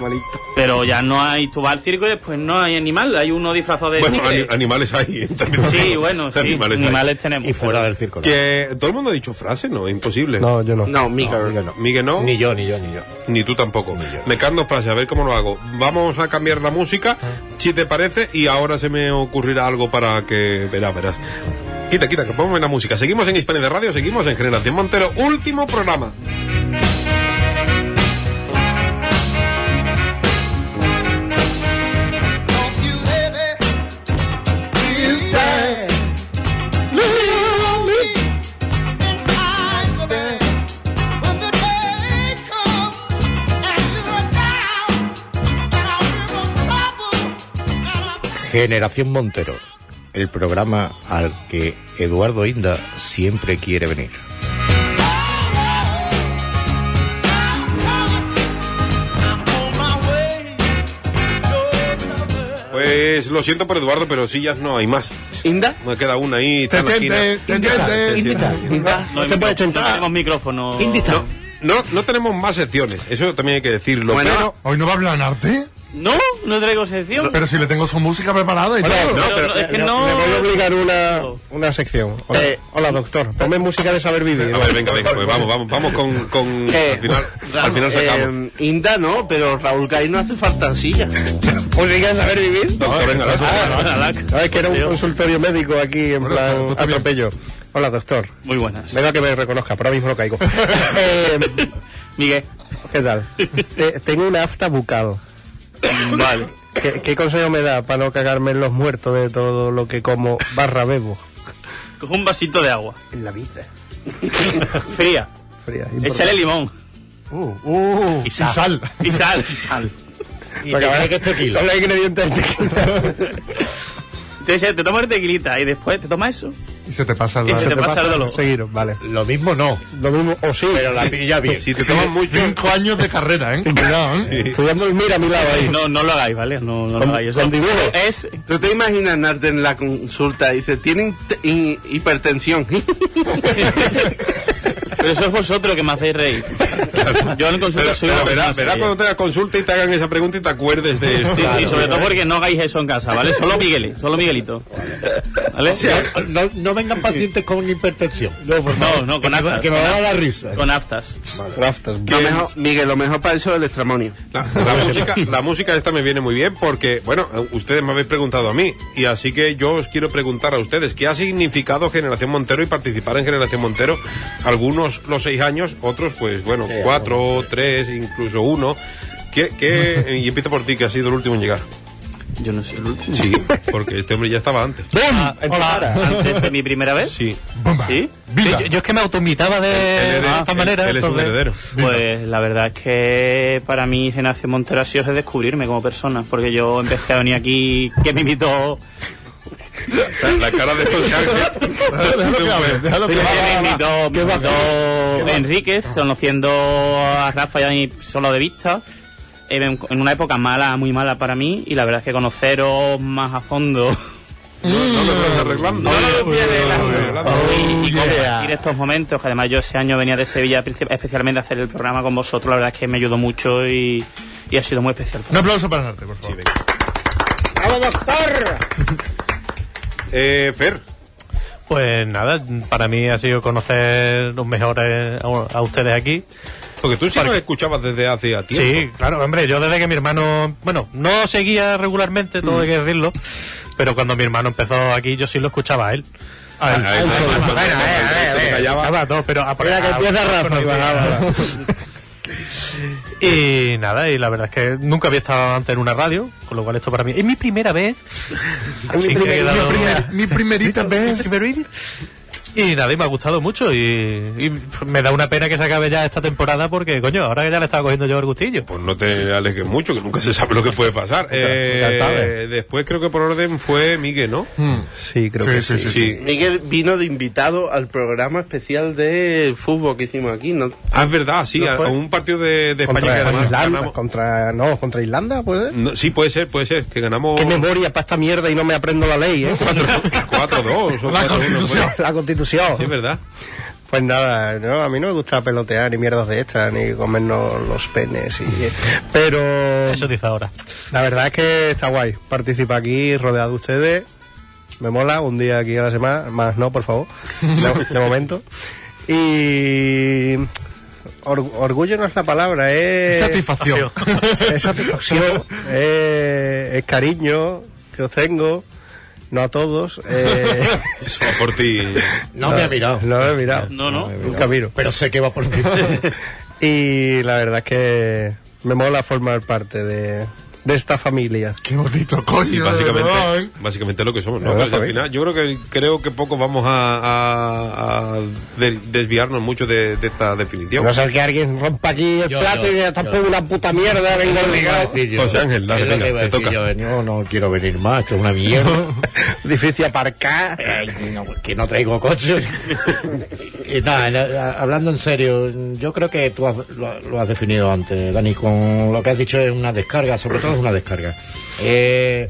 Speaker 6: Pero ya no hay, tú vas al circo y después no hay animal, hay uno disfrazado de
Speaker 2: Bueno,
Speaker 6: tigre.
Speaker 2: ani- animales hay. ¿eh? También
Speaker 6: Sí, bueno, sí,
Speaker 2: hay.
Speaker 6: animales tenemos. Y fuera
Speaker 9: del circo.
Speaker 2: Que todo el mundo ha dicho frase, ¿no? Imposible.
Speaker 3: No, yo no.
Speaker 7: No, Miguel.
Speaker 2: no. Miguel no.
Speaker 9: Ni yo, ni yo, ni yo.
Speaker 2: Ni tú tampoco. Me cando frase, a ver cómo lo hago. Vamos a cambiar la música, si te parece, y ahora se me ocurrirá algo para que verás, verás. Quita, quita, que ponme la música. Seguimos en Hispania de Radio, seguimos en Generación Montero. Último programa.
Speaker 9: Generación Montero, el programa al que Eduardo Inda siempre quiere venir.
Speaker 2: Pues lo siento por Eduardo, pero sillas no hay más.
Speaker 7: ¿Inda?
Speaker 2: Me queda una ahí. está en la esquina.
Speaker 6: No hay micrófono, no tenemos micrófono.
Speaker 2: No, no, no tenemos más secciones, eso también hay que decirlo. pero-
Speaker 5: Hoy no va a hablar arte.
Speaker 6: No, no traigo sección.
Speaker 5: Pero si le tengo su música preparada y
Speaker 3: Hola,
Speaker 5: todo.
Speaker 3: no, Pero pero- no, es que no- le voy a obligar una, una sección. Hola,
Speaker 5: Eh,
Speaker 3: hola, doctor. Ponme música de saber vivir.
Speaker 2: A ver, venga, venga, pues vamos, vamos, vamos con. con
Speaker 7: Eh,
Speaker 2: al final, al final
Speaker 7: eh,
Speaker 2: sacamos.
Speaker 7: Inda no, pero Raúl Gay no hace falta silla. Pues
Speaker 3: ¿Música de saber vivir?
Speaker 7: Ah,
Speaker 2: Doctor, venga, la
Speaker 3: Sabes que era un consultorio médico aquí en plan atropello. Hola, doctor.
Speaker 6: Muy buenas.
Speaker 3: Me da que me reconozca, pero ahora mismo no caigo. Eh,
Speaker 6: Miguel.
Speaker 3: ¿Qué tal? Te- tengo una afta bucal.
Speaker 6: Vale.
Speaker 3: ¿Qué, qué consejo me da para no cagarme en los muertos de todo lo que como barra bebo?
Speaker 6: Coge un vasito de agua.
Speaker 3: En la vida.
Speaker 6: Fría.
Speaker 3: Fría.
Speaker 6: Échale limón.
Speaker 3: Uh, uh,
Speaker 6: Y sal. Y sal. Y sal.
Speaker 3: Porque ahora Son los ingredientes del tequila.
Speaker 6: Te, te tomas el tequilita y después te tomas eso.
Speaker 5: Y se te pasa el
Speaker 6: Y se te pasa el dolor.
Speaker 3: Seguiros, vale.
Speaker 9: Lo mismo no.
Speaker 3: Lo mismo, o sí.
Speaker 9: Pero la pilla bien.
Speaker 2: Si te tomas mucho.
Speaker 5: Cinco años de carrera, ¿eh? Cuidado, ¿eh?
Speaker 3: Estoy dando el mira a mi lado ahí.
Speaker 6: No, no lo hagáis, ¿vale? No, no lo
Speaker 7: Con-
Speaker 6: hagáis. Eso
Speaker 7: con dibujo.
Speaker 6: Es
Speaker 7: ¿Tú te imaginas Narte en la consulta? Dice, tienen te- hi- hipertensión.
Speaker 6: Pero eso es vosotros que me hacéis reír. Yo en consulta
Speaker 2: Pero-
Speaker 6: soy
Speaker 2: pero
Speaker 6: una
Speaker 2: verá,
Speaker 6: persona
Speaker 2: verá
Speaker 6: seria.
Speaker 2: cuando te hagas consulta y te hagan esa pregunta y te acuerdes de eso.
Speaker 6: Sí, sí, sobre todo porque no hagáis eso en casa, ¿vale? Solo Miguel, solo Miguelito. ¿Vale?
Speaker 9: No, no vengan pacientes con hipertensión. No, por
Speaker 6: No, no, con
Speaker 9: que, me-
Speaker 6: aftas.
Speaker 9: que me va a dar la risa.
Speaker 6: Con aftas.
Speaker 7: Lo mejor- Miguel, lo mejor para eso es el extramonio.
Speaker 2: La, la música, la música esta me viene muy bien porque, bueno, ustedes me habéis preguntado a mí y así que yo os quiero preguntar a ustedes qué ha significado Generación Montero y participar en Generación Montero. Algunos los seis años, otros pues bueno, cuatro, tres, incluso uno. ¿Qué, qué- y empiezo por ti, que has sido el último en llegar.
Speaker 6: Yo no soy el último.
Speaker 2: Sí, porque este hombre ya estaba antes.
Speaker 8: Ah,
Speaker 3: ¡Bum! En tu cara.
Speaker 6: Antes de mi primera vez.
Speaker 2: Sí.
Speaker 6: Sí.
Speaker 8: yo, yo es que me autoinvitaba
Speaker 6: Ah,
Speaker 2: Él-
Speaker 8: de
Speaker 2: él es-
Speaker 8: esta manera.
Speaker 2: él- él es un
Speaker 8: entonces-
Speaker 2: heredero.
Speaker 6: Pues la verdad es que para mí Generación Montero ha sido redescubrirme como persona, porque yo empecé a venir aquí, que me invitó,
Speaker 2: La, la cara de José Ángel.
Speaker 5: Déjalo que hable, déjalo que
Speaker 6: me
Speaker 5: hable.
Speaker 6: invitó, me invitó Enríquez, conociendo a Rafa y a mí solo de vista, Eh, en en una época mala, muy mala para mí, y la verdad es que conoceros más a fondo
Speaker 2: No lo estás arreglando.
Speaker 6: y, y compartir
Speaker 3: yeah.
Speaker 6: estos momentos, que además yo ese año venía de Sevilla princip- especialmente a hacer el programa con vosotros, la verdad es que me ayudó mucho y, y ha sido muy especial.
Speaker 5: Un aplauso para Narte, por favor.
Speaker 2: Eh, Fer.
Speaker 8: Pues nada, para mí ha sido conocer eh, los mejores a, a ustedes aquí.
Speaker 2: Porque tú sí nos escuchabas desde hace a tiempo. Pues
Speaker 8: Sí, claro, hombre, yo desde que mi hermano, bueno, no seguía regularmente, todo hay que decirlo, pero cuando mi hermano empezó aquí yo sí lo escuchaba a él.
Speaker 2: Ah, ah, ah, ah,
Speaker 8: Bueno,
Speaker 2: ah, ah, ah, ah, ah, ah, ah, ah, ah,
Speaker 8: Estaba todo, pero a-
Speaker 3: Mira que
Speaker 8: a-
Speaker 3: empieza Rafa y
Speaker 8: a-
Speaker 3: bajaba.
Speaker 8: Y nada, y la verdad es que nunca había estado antes en una radio, con lo cual esto para mí es mi primera vez. Así que he
Speaker 5: primer-
Speaker 8: quedado-
Speaker 5: mi primer- mi primerita vez.
Speaker 8: Mi primerita. Y nada, y me ha gustado mucho y, y me da una pena que se acabe ya esta temporada porque, coño, ahora que ya le estaba cogiendo yo el gustillo.
Speaker 2: Pues no te alejes mucho, que nunca se sabe lo que puede pasar. Eh,
Speaker 8: sabes.
Speaker 2: después creo que por orden fue Miguel, ¿no?
Speaker 3: Sí, creo
Speaker 2: Sí,
Speaker 3: que
Speaker 2: sí, sí, sí.
Speaker 7: Miguel vino de invitado al programa especial de fútbol que hicimos aquí. ¿no?
Speaker 2: Ah, es verdad, sí,
Speaker 7: ¿No
Speaker 2: a,
Speaker 7: fue?
Speaker 2: a un partido de, de España que
Speaker 3: Contra
Speaker 2: ganamos.
Speaker 3: Irlanda,
Speaker 2: ganamos-
Speaker 3: contra, no, contra Irlanda, pues.
Speaker 2: no, sí, puede ser, puede ser, que ganamos
Speaker 3: Qué memoria para esta mierda y no me aprendo la ley, ¿eh?
Speaker 2: 4-2 o 4-1. Oh, fue.
Speaker 3: La constitución.
Speaker 2: Sí, es verdad.
Speaker 3: Pues nada, no, a mí no me gusta pelotear ni mierdas de estas, ni comernos los penes. Y, pero
Speaker 8: Eso dice ahora.
Speaker 3: la verdad es que está guay. Participa aquí, rodeado de ustedes. Me mola, un día aquí a la semana, más no, por favor, de, de momento. Y or- orgullo no es la palabra, es...
Speaker 5: Satisfacción.
Speaker 3: es satisfacción, es, es cariño que os tengo, no a todos. eh,
Speaker 2: Eso va por ti.
Speaker 9: No me ha mirado.
Speaker 3: No me he mirado.
Speaker 6: No, no.
Speaker 3: Nunca miro.
Speaker 9: Pero sé que va por mí.
Speaker 3: Y la verdad es que me mola formar parte de, de esta familia.
Speaker 5: Qué bonito, coño.
Speaker 2: Sí,
Speaker 5: de verdad, ¿eh?
Speaker 2: básicamente, básicamente es lo que somos. ¿no?
Speaker 3: La verdad,
Speaker 2: Pero si al
Speaker 3: Javi.
Speaker 2: final, yo creo que creo que poco vamos a, a- a de- desviarnos mucho de, de esta definición.
Speaker 3: No sé que alguien rompa aquí el
Speaker 9: Yo,
Speaker 3: plato
Speaker 9: yo,
Speaker 3: y diga,
Speaker 9: yo.
Speaker 3: tampoco una puta mierda, vengo obligado.
Speaker 2: José Ángel, dale,
Speaker 9: Es lo
Speaker 2: venga,
Speaker 9: que iba a
Speaker 2: te
Speaker 9: decir
Speaker 2: toca.
Speaker 9: yo, no, no quiero venir más, esto es una mierda.
Speaker 3: Difícil aparcar.
Speaker 9: Ay, no, que no traigo coche. Y nada, en- a- hablando en serio, yo creo que tú has- lo, has- lo has definido antes, Dani, con lo que has dicho es una descarga, sobre todo es una descarga. Eh,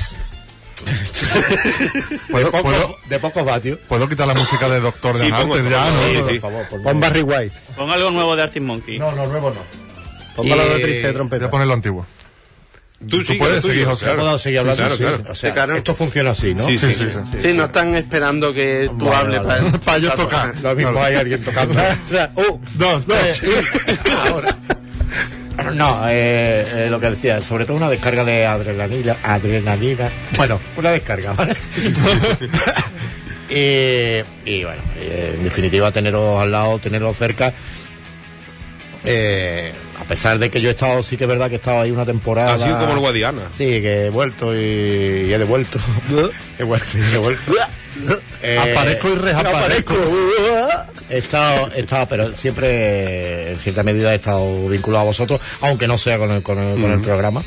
Speaker 9: de,
Speaker 5: ¿Puedo,
Speaker 9: pocos-
Speaker 5: puedo,
Speaker 9: de pocos vatios.
Speaker 5: puedo quitar la música de Doctor de
Speaker 2: Sí, pongo,
Speaker 5: antes? Ya,
Speaker 2: pongo,
Speaker 5: ¿no?
Speaker 2: sí,
Speaker 5: Pero-
Speaker 2: sí.
Speaker 9: Por favor, por
Speaker 3: Pon
Speaker 9: favor.
Speaker 3: Barry White.
Speaker 6: Pon algo nuevo de Arctic Monkey.
Speaker 9: No, no, nuevo no.
Speaker 3: Pon balada
Speaker 9: Y-
Speaker 3: triste de
Speaker 5: Eh, Voy a
Speaker 3: trompeta.
Speaker 5: poner lo antiguo.
Speaker 2: Tú, sigue,
Speaker 5: puedes
Speaker 2: lo tuyo,
Speaker 5: seguir, José.
Speaker 2: claro.
Speaker 9: ¿Puedo seguir hablando?
Speaker 2: Sí, claro,
Speaker 9: Sí,
Speaker 2: claro.
Speaker 9: o sea,
Speaker 7: Sí, claro.
Speaker 9: esto funciona así, ¿no?
Speaker 2: Sí, sí, sí.
Speaker 7: Sí, no están esperando que tú
Speaker 9: Vale,
Speaker 7: hables
Speaker 9: vale.
Speaker 7: para,
Speaker 5: Para yo tocar.
Speaker 9: Lo mismo hay alguien tocando.
Speaker 7: oh,
Speaker 5: Dos, tres.
Speaker 7: eh,
Speaker 9: Ahora. No, eh, eh, lo que decía, sobre todo una descarga de adrenalina. adrenalina. Bueno, una descarga, ¿vale? Eh, y bueno, eh, en definitiva, teneros al lado, teneros cerca. Eh, a pesar de que yo he estado, sí que es verdad que he estado ahí una temporada.
Speaker 2: Así como el Guadiana. ¿Eh?
Speaker 9: Sí, que he vuelto y, y he devuelto. he vuelto y he devuelto. Eh,
Speaker 5: Aparezco y reaparezco.
Speaker 9: He estado, he estado, pero siempre, en cierta medida, he estado vinculado a vosotros, aunque no sea con el, con el, con el programa.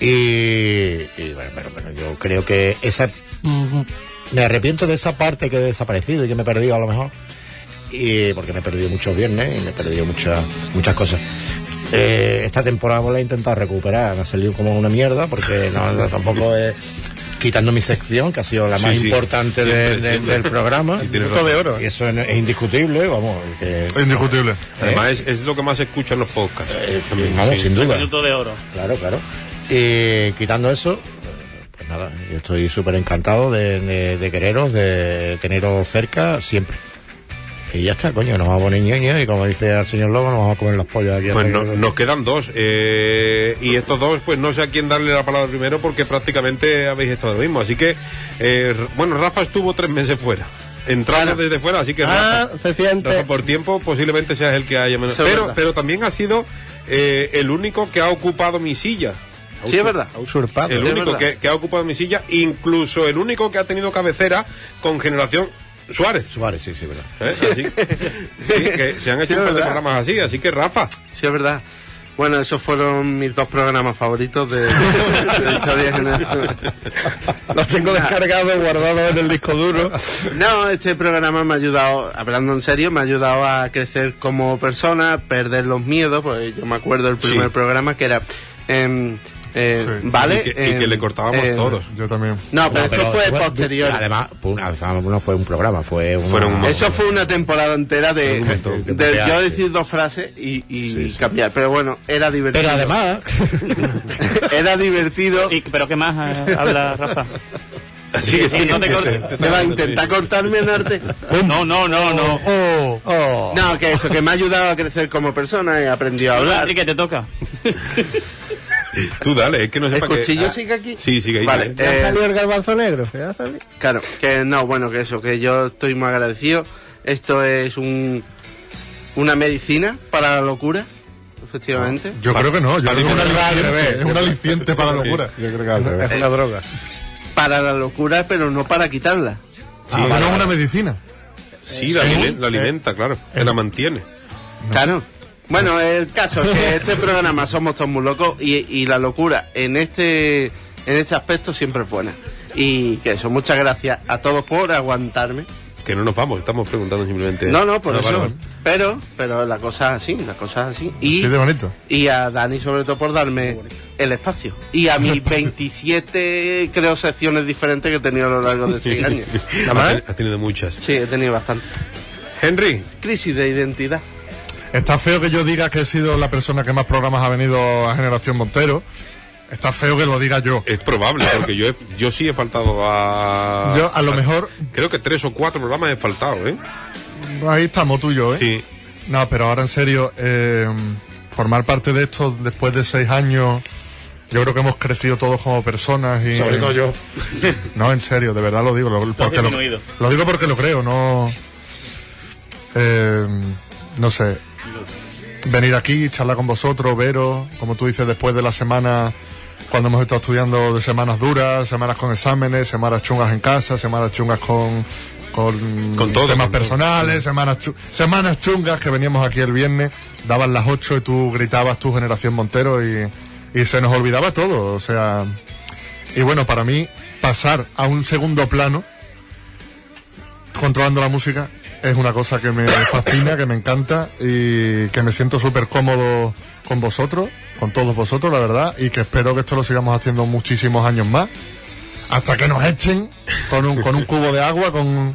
Speaker 9: Y, y bueno, bueno, bueno, yo creo que esa. Mm, Me arrepiento de esa parte que he desaparecido y que me he perdido a lo mejor. Y porque me he perdido muchos viernes y me he perdido muchas muchas cosas. Eh, esta temporada la he intentado recuperar, me ha salido como una mierda porque no, no, tampoco es quitando mi sección, que ha sido la
Speaker 2: Sí,
Speaker 9: más
Speaker 2: sí.
Speaker 9: importante de-
Speaker 2: Siempre,
Speaker 9: de-
Speaker 2: siempre.
Speaker 9: del programa.
Speaker 2: Sí, tienes Minuto de razón.
Speaker 9: Y eso es, es indiscutible, vamos. que-
Speaker 5: Indiscutible.
Speaker 2: Además, es, es lo que más se escucha en los podcasts.
Speaker 9: eh,
Speaker 2: También,
Speaker 9: vamos,
Speaker 2: sí.
Speaker 9: sin duda.
Speaker 6: Minuto de oro.
Speaker 9: Claro, claro. Y quitando eso, eh, pues nada, yo estoy súper encantado de, de- de quereros, de teneros cerca siempre. Y ya está, coño, nos vamos a poner ñoño y como dice el señor Lobo, nos vamos a comer los pollos aquí.
Speaker 2: Pues
Speaker 9: hasta
Speaker 2: no-
Speaker 9: que-
Speaker 2: nos quedan dos. eh, y estos dos, pues no sé a quién darle la palabra primero porque prácticamente habéis estado lo mismo. Así que, eh, r- bueno, Rafa estuvo tres meses fuera. Entrando desde fuera, así que
Speaker 3: Ah,
Speaker 2: Rafa,
Speaker 3: se siente.
Speaker 2: Rafa, por tiempo posiblemente seas el que haya menos.
Speaker 7: Eso es
Speaker 2: Pero,
Speaker 7: verdad.
Speaker 2: pero también ha sido eh, el único que ha ocupado mi silla.
Speaker 7: Sí, es verdad.
Speaker 3: Ha usurpado.
Speaker 2: El
Speaker 7: es
Speaker 2: único
Speaker 7: verdad.
Speaker 2: que, que ha ocupado mi silla, incluso el único que ha tenido cabecera con generación Suárez.
Speaker 9: Suárez, sí, sí, verdad.
Speaker 2: ¿eh? Así, sí, que se han hecho
Speaker 7: Sí,
Speaker 2: un par de
Speaker 7: ¿verdad?
Speaker 2: programas así, así que Rafa.
Speaker 7: Sí, es verdad. Bueno, esos fueron mis dos programas favoritos de, de Historia General.
Speaker 3: Los tengo descargados, guardados en el disco duro.
Speaker 7: No, este programa me ha ayudado, hablando en serio, me ha ayudado a crecer como persona, perder los miedos, pues yo me acuerdo del primer
Speaker 2: Sí.
Speaker 7: programa que era... em, eh,
Speaker 5: Sí.
Speaker 7: ¿Vale?
Speaker 2: Y que, y que
Speaker 7: em,
Speaker 2: le cortábamos
Speaker 7: em,
Speaker 2: todos.
Speaker 5: Yo también.
Speaker 7: No, pero,
Speaker 9: No, pero
Speaker 7: eso fue
Speaker 9: fue-
Speaker 7: posterior.
Speaker 9: Además, fue una- no fue un programa, fue una-
Speaker 2: Fueron un-
Speaker 7: Eso fue una temporada entera de,
Speaker 2: Argumento.
Speaker 7: de yo decir dos frases y, y cambiar. Pero bueno, era divertido.
Speaker 9: Pero además,
Speaker 7: era divertido.
Speaker 6: Y- ¿Pero qué más eh, habla Rafa?
Speaker 2: Así que sí,
Speaker 6: no te cortes.
Speaker 7: Me va a intentar cortarme en arte.
Speaker 6: No, no, no, no.
Speaker 9: oh, oh,
Speaker 7: No, que eso, que me ha ayudado a crecer como persona y aprendido a hablar.
Speaker 6: ¿Y que te toca?
Speaker 2: Tú dale, es que no
Speaker 7: ¿El
Speaker 2: sepa que...
Speaker 7: cuchillo
Speaker 2: ah,
Speaker 7: sigue aquí?
Speaker 2: Sí, sigue ahí.
Speaker 7: Vale,
Speaker 3: Ya
Speaker 7: eh,
Speaker 3: salió el garbanzo negro. Ya salió.
Speaker 7: claro, que no, bueno, que eso, que yo estoy muy agradecido. Esto es un, una medicina para la locura. efectivamente.
Speaker 5: Yo creo que no, yo creo que es un aliciente, es un aliciente para la locura.
Speaker 9: Yo creo que al revés. Es una
Speaker 7: droga. Para la locura, pero no para quitarla.
Speaker 5: Ah, bueno, es una medicina.
Speaker 2: Sí, la,
Speaker 7: Sí.
Speaker 2: alimen- la alimenta, claro.
Speaker 7: ¿Eh?
Speaker 2: Que la mantiene.
Speaker 7: Claro. Bueno, el caso es que este programa somos todos muy locos y, y la locura en este en este aspecto siempre es buena. Y que eso, muchas gracias a todos por aguantarme.
Speaker 2: Que no nos vamos, estamos preguntando simplemente.
Speaker 7: No, no, por eso.
Speaker 2: vale, vale.
Speaker 7: Pero, pero la cosa es así, la cosa es así. Y,
Speaker 5: Sí, de bonito.
Speaker 7: y a Dani sobre todo por darme el espacio. Y a mis 27, creo, secciones diferentes que he tenido a lo largo de este seis años.
Speaker 2: Ha ten- Ha tenido muchas.
Speaker 7: Sí, he tenido bastante.
Speaker 2: Henry.
Speaker 7: Crisis de identidad.
Speaker 5: Está feo que yo diga que he sido la persona que más programas ha venido a Generación Montero. Está feo que lo diga yo.
Speaker 2: Es probable, porque yo, he- yo sí he faltado a.
Speaker 5: Yo, a lo mejor-
Speaker 2: Creo que tres o cuatro programas he faltado, ¿eh?
Speaker 5: Ahí estamos tú y yo, ¿eh?
Speaker 2: Sí.
Speaker 5: No, pero ahora en serio, eh, formar parte de esto después de seis años, yo creo que hemos crecido todos como personas. Y,
Speaker 4: Sobre todo yo.
Speaker 5: No, en serio, de verdad lo digo. Lo, porque lo,
Speaker 4: disminuido.
Speaker 5: lo digo porque lo creo, no. eh, no sé. Venir aquí, charlar con vosotros, veros, como tú dices, después de la semana, cuando hemos estado estudiando de semanas duras, semanas con exámenes, semanas chungas en casa, semanas chungas con. Con,
Speaker 2: Con todo,
Speaker 5: temas
Speaker 2: con todo.
Speaker 5: personales, semanas, chu- semanas chungas que veníamos aquí el viernes, daban las 8 y tú gritabas tu generación Montero y, y se nos olvidaba todo. O sea, y bueno, para mí, pasar a un segundo plano, controlando la música, es una cosa que me fascina, que me encanta y que me siento súper cómodo con vosotros, con todos vosotros, la verdad, y que espero que esto lo sigamos haciendo muchísimos años más, hasta que nos echen con un, con un cubo de agua, con...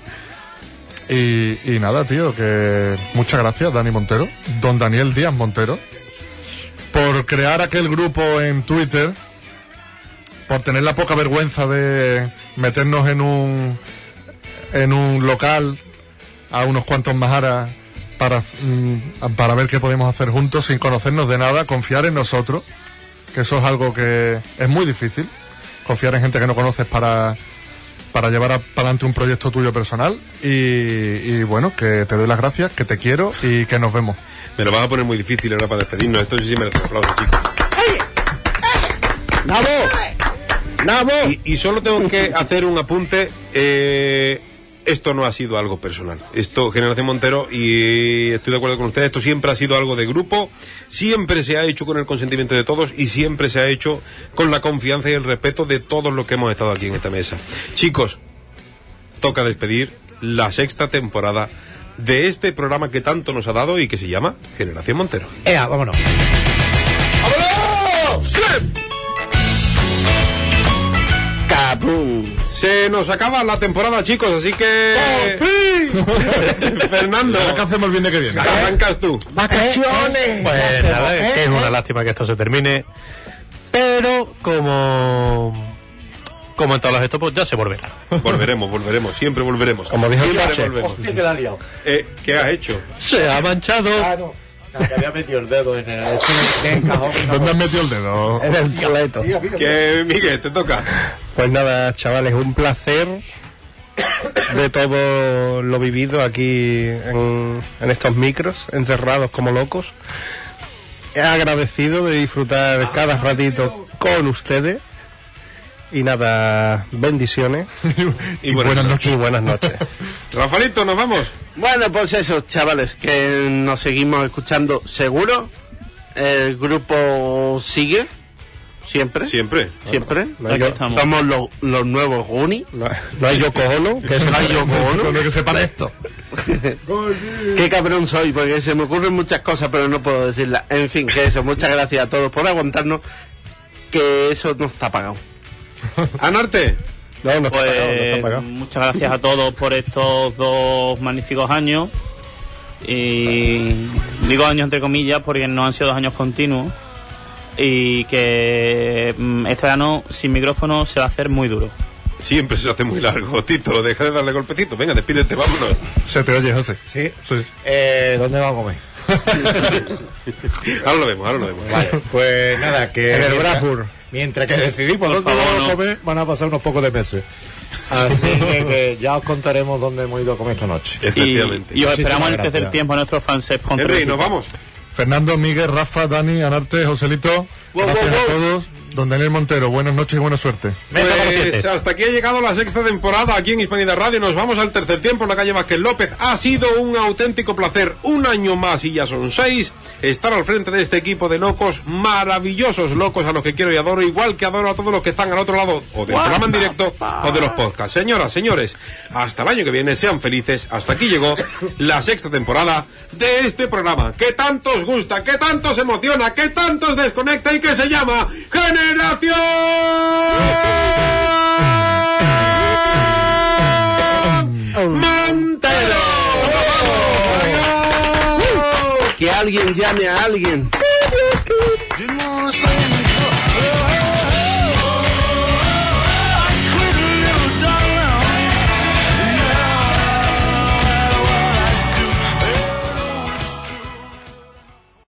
Speaker 5: Y, y nada, tío, que muchas gracias, Dani Montero, don Daniel Díaz Montero, por crear aquel grupo en Twitter por tener la poca vergüenza de meternos en un en un local a unos cuantos majaras para mm, para ver qué podemos hacer juntos sin conocernos de nada, confiar en nosotros, que eso es algo que es muy difícil, confiar en gente que no conoces para para llevar a- para adelante un proyecto tuyo personal y, y bueno, que te doy las gracias, que te quiero y que nos vemos.
Speaker 2: Me lo vas a poner muy difícil ahora para despedirnos. Esto sí se merece un aplauso, chicos.
Speaker 9: ¡Nabo! ¡Nabo!
Speaker 2: Y, y solo tengo que hacer un apunte. eh, esto no ha sido algo personal. Esto, Generación Montero, y estoy de acuerdo con ustedes, esto siempre ha sido algo de grupo, siempre se ha hecho con el consentimiento de todos y siempre se ha hecho con la confianza y el respeto de todos los que hemos estado aquí en esta mesa. Chicos, toca despedir la sexta temporada de este programa que tanto nos ha dado y que se llama Generación Montero.
Speaker 9: ¡Ea, vámonos!
Speaker 7: ¡Cabum!
Speaker 2: Se nos acaba la temporada, chicos, así que... Fernando,
Speaker 5: Ahora que hacemos el viernes que viene.
Speaker 2: arrancas tú.
Speaker 9: ¡Vacaciones! Pues nada,
Speaker 5: eh,
Speaker 8: que es una lástima que esto se termine. Pero como. Como en todos los estopos, ya se volverá.
Speaker 2: Volveremos, volveremos, siempre volveremos.
Speaker 9: Como dijo
Speaker 2: siempre
Speaker 9: Chache.
Speaker 2: volvemos.
Speaker 9: Hostia, que la ha liado.
Speaker 2: Eh, ¿Qué has hecho?
Speaker 8: Se ha manchado.
Speaker 9: Ah, no. No, que había metido el dedo en el, en el cajón.
Speaker 5: ¿Dónde has metido el dedo?
Speaker 3: En el coleto.
Speaker 2: Que Eh, Miguel, te toca.
Speaker 3: Pues nada, chavales, un placer de todo lo vivido aquí en, en estos micros, encerrados como locos. He agradecido de disfrutar cada ratito con ustedes. Y nada, bendiciones
Speaker 5: y buenas noches.
Speaker 3: y buenas noches.
Speaker 2: Rafaelito, nos vamos.
Speaker 7: Bueno, pues eso, chavales, que nos seguimos escuchando seguro. El grupo sigue, siempre,
Speaker 2: Siempre.
Speaker 7: siempre.
Speaker 3: No hay, yo-
Speaker 7: Somos los, los nuevos Goonies.
Speaker 3: no- no hay Yoko Ono, que es
Speaker 7: No hay Yoko Ono.
Speaker 5: Con lo que separa esto.
Speaker 7: Qué cabrón soy, porque se me ocurren muchas cosas, pero no puedo decirlas. En fin, que eso, muchas gracias a todos por aguantarnos, que eso no está pagado.
Speaker 2: Anarte.
Speaker 3: No, no está
Speaker 6: Pues,
Speaker 3: pagado, no está pagado.
Speaker 6: muchas gracias a todos por estos dos magníficos años. Y digo años entre comillas porque no han sido dos años continuos. Y que mm, este verano sin micrófono se va a hacer muy duro.
Speaker 2: Siempre se hace muy largo, Tito. Deja de darle golpecitos. Venga, despídete, vámonos.
Speaker 5: Se te oye, José.
Speaker 9: ¿Sí?
Speaker 5: Sí.
Speaker 9: Eh, ¿Dónde vamos a comer?
Speaker 2: Ahora lo vemos, ahora lo vemos.
Speaker 9: Vale, pues nada, que.
Speaker 3: En el
Speaker 9: mientras-
Speaker 3: Brasburg.
Speaker 9: Mientras que decidimos dónde
Speaker 6: favor,
Speaker 9: vamos a
Speaker 6: no.
Speaker 9: comer, van a pasar unos pocos de meses. Así que, que ya os contaremos dónde hemos ido a comer esta noche.
Speaker 6: Y,
Speaker 2: Efectivamente.
Speaker 6: y os
Speaker 9: Muchísimas
Speaker 6: esperamos en el tercer
Speaker 9: gracias.
Speaker 6: tiempo a nuestros fans.
Speaker 2: Henry, nos vamos.
Speaker 5: Fernando, Miguel, Rafa, Dani, Anarte, Joselito.
Speaker 2: Wow,
Speaker 5: gracias
Speaker 2: wow,
Speaker 5: a
Speaker 2: wow.
Speaker 5: todos. Don Daniel Montero, buenas noches y buena suerte.
Speaker 2: Pues hasta aquí ha llegado la sexta temporada aquí en Hispanidad Radio. Nos vamos al tercer tiempo en la calle Vázquez López. Ha sido un auténtico placer, un año más y ya son seis, estar al frente de este equipo de locos, maravillosos locos a los que quiero y adoro, igual que adoro a todos los que están al otro lado o del
Speaker 1: What
Speaker 2: programa en
Speaker 1: the
Speaker 2: directo o de los podcasts. Señoras, señores, hasta el año que viene, sean felices. Hasta aquí llegó la sexta temporada de este programa que tanto os gusta, que tanto os emociona, que tanto os desconecta y que se llama Generación.
Speaker 7: Que alguien llame a alguien.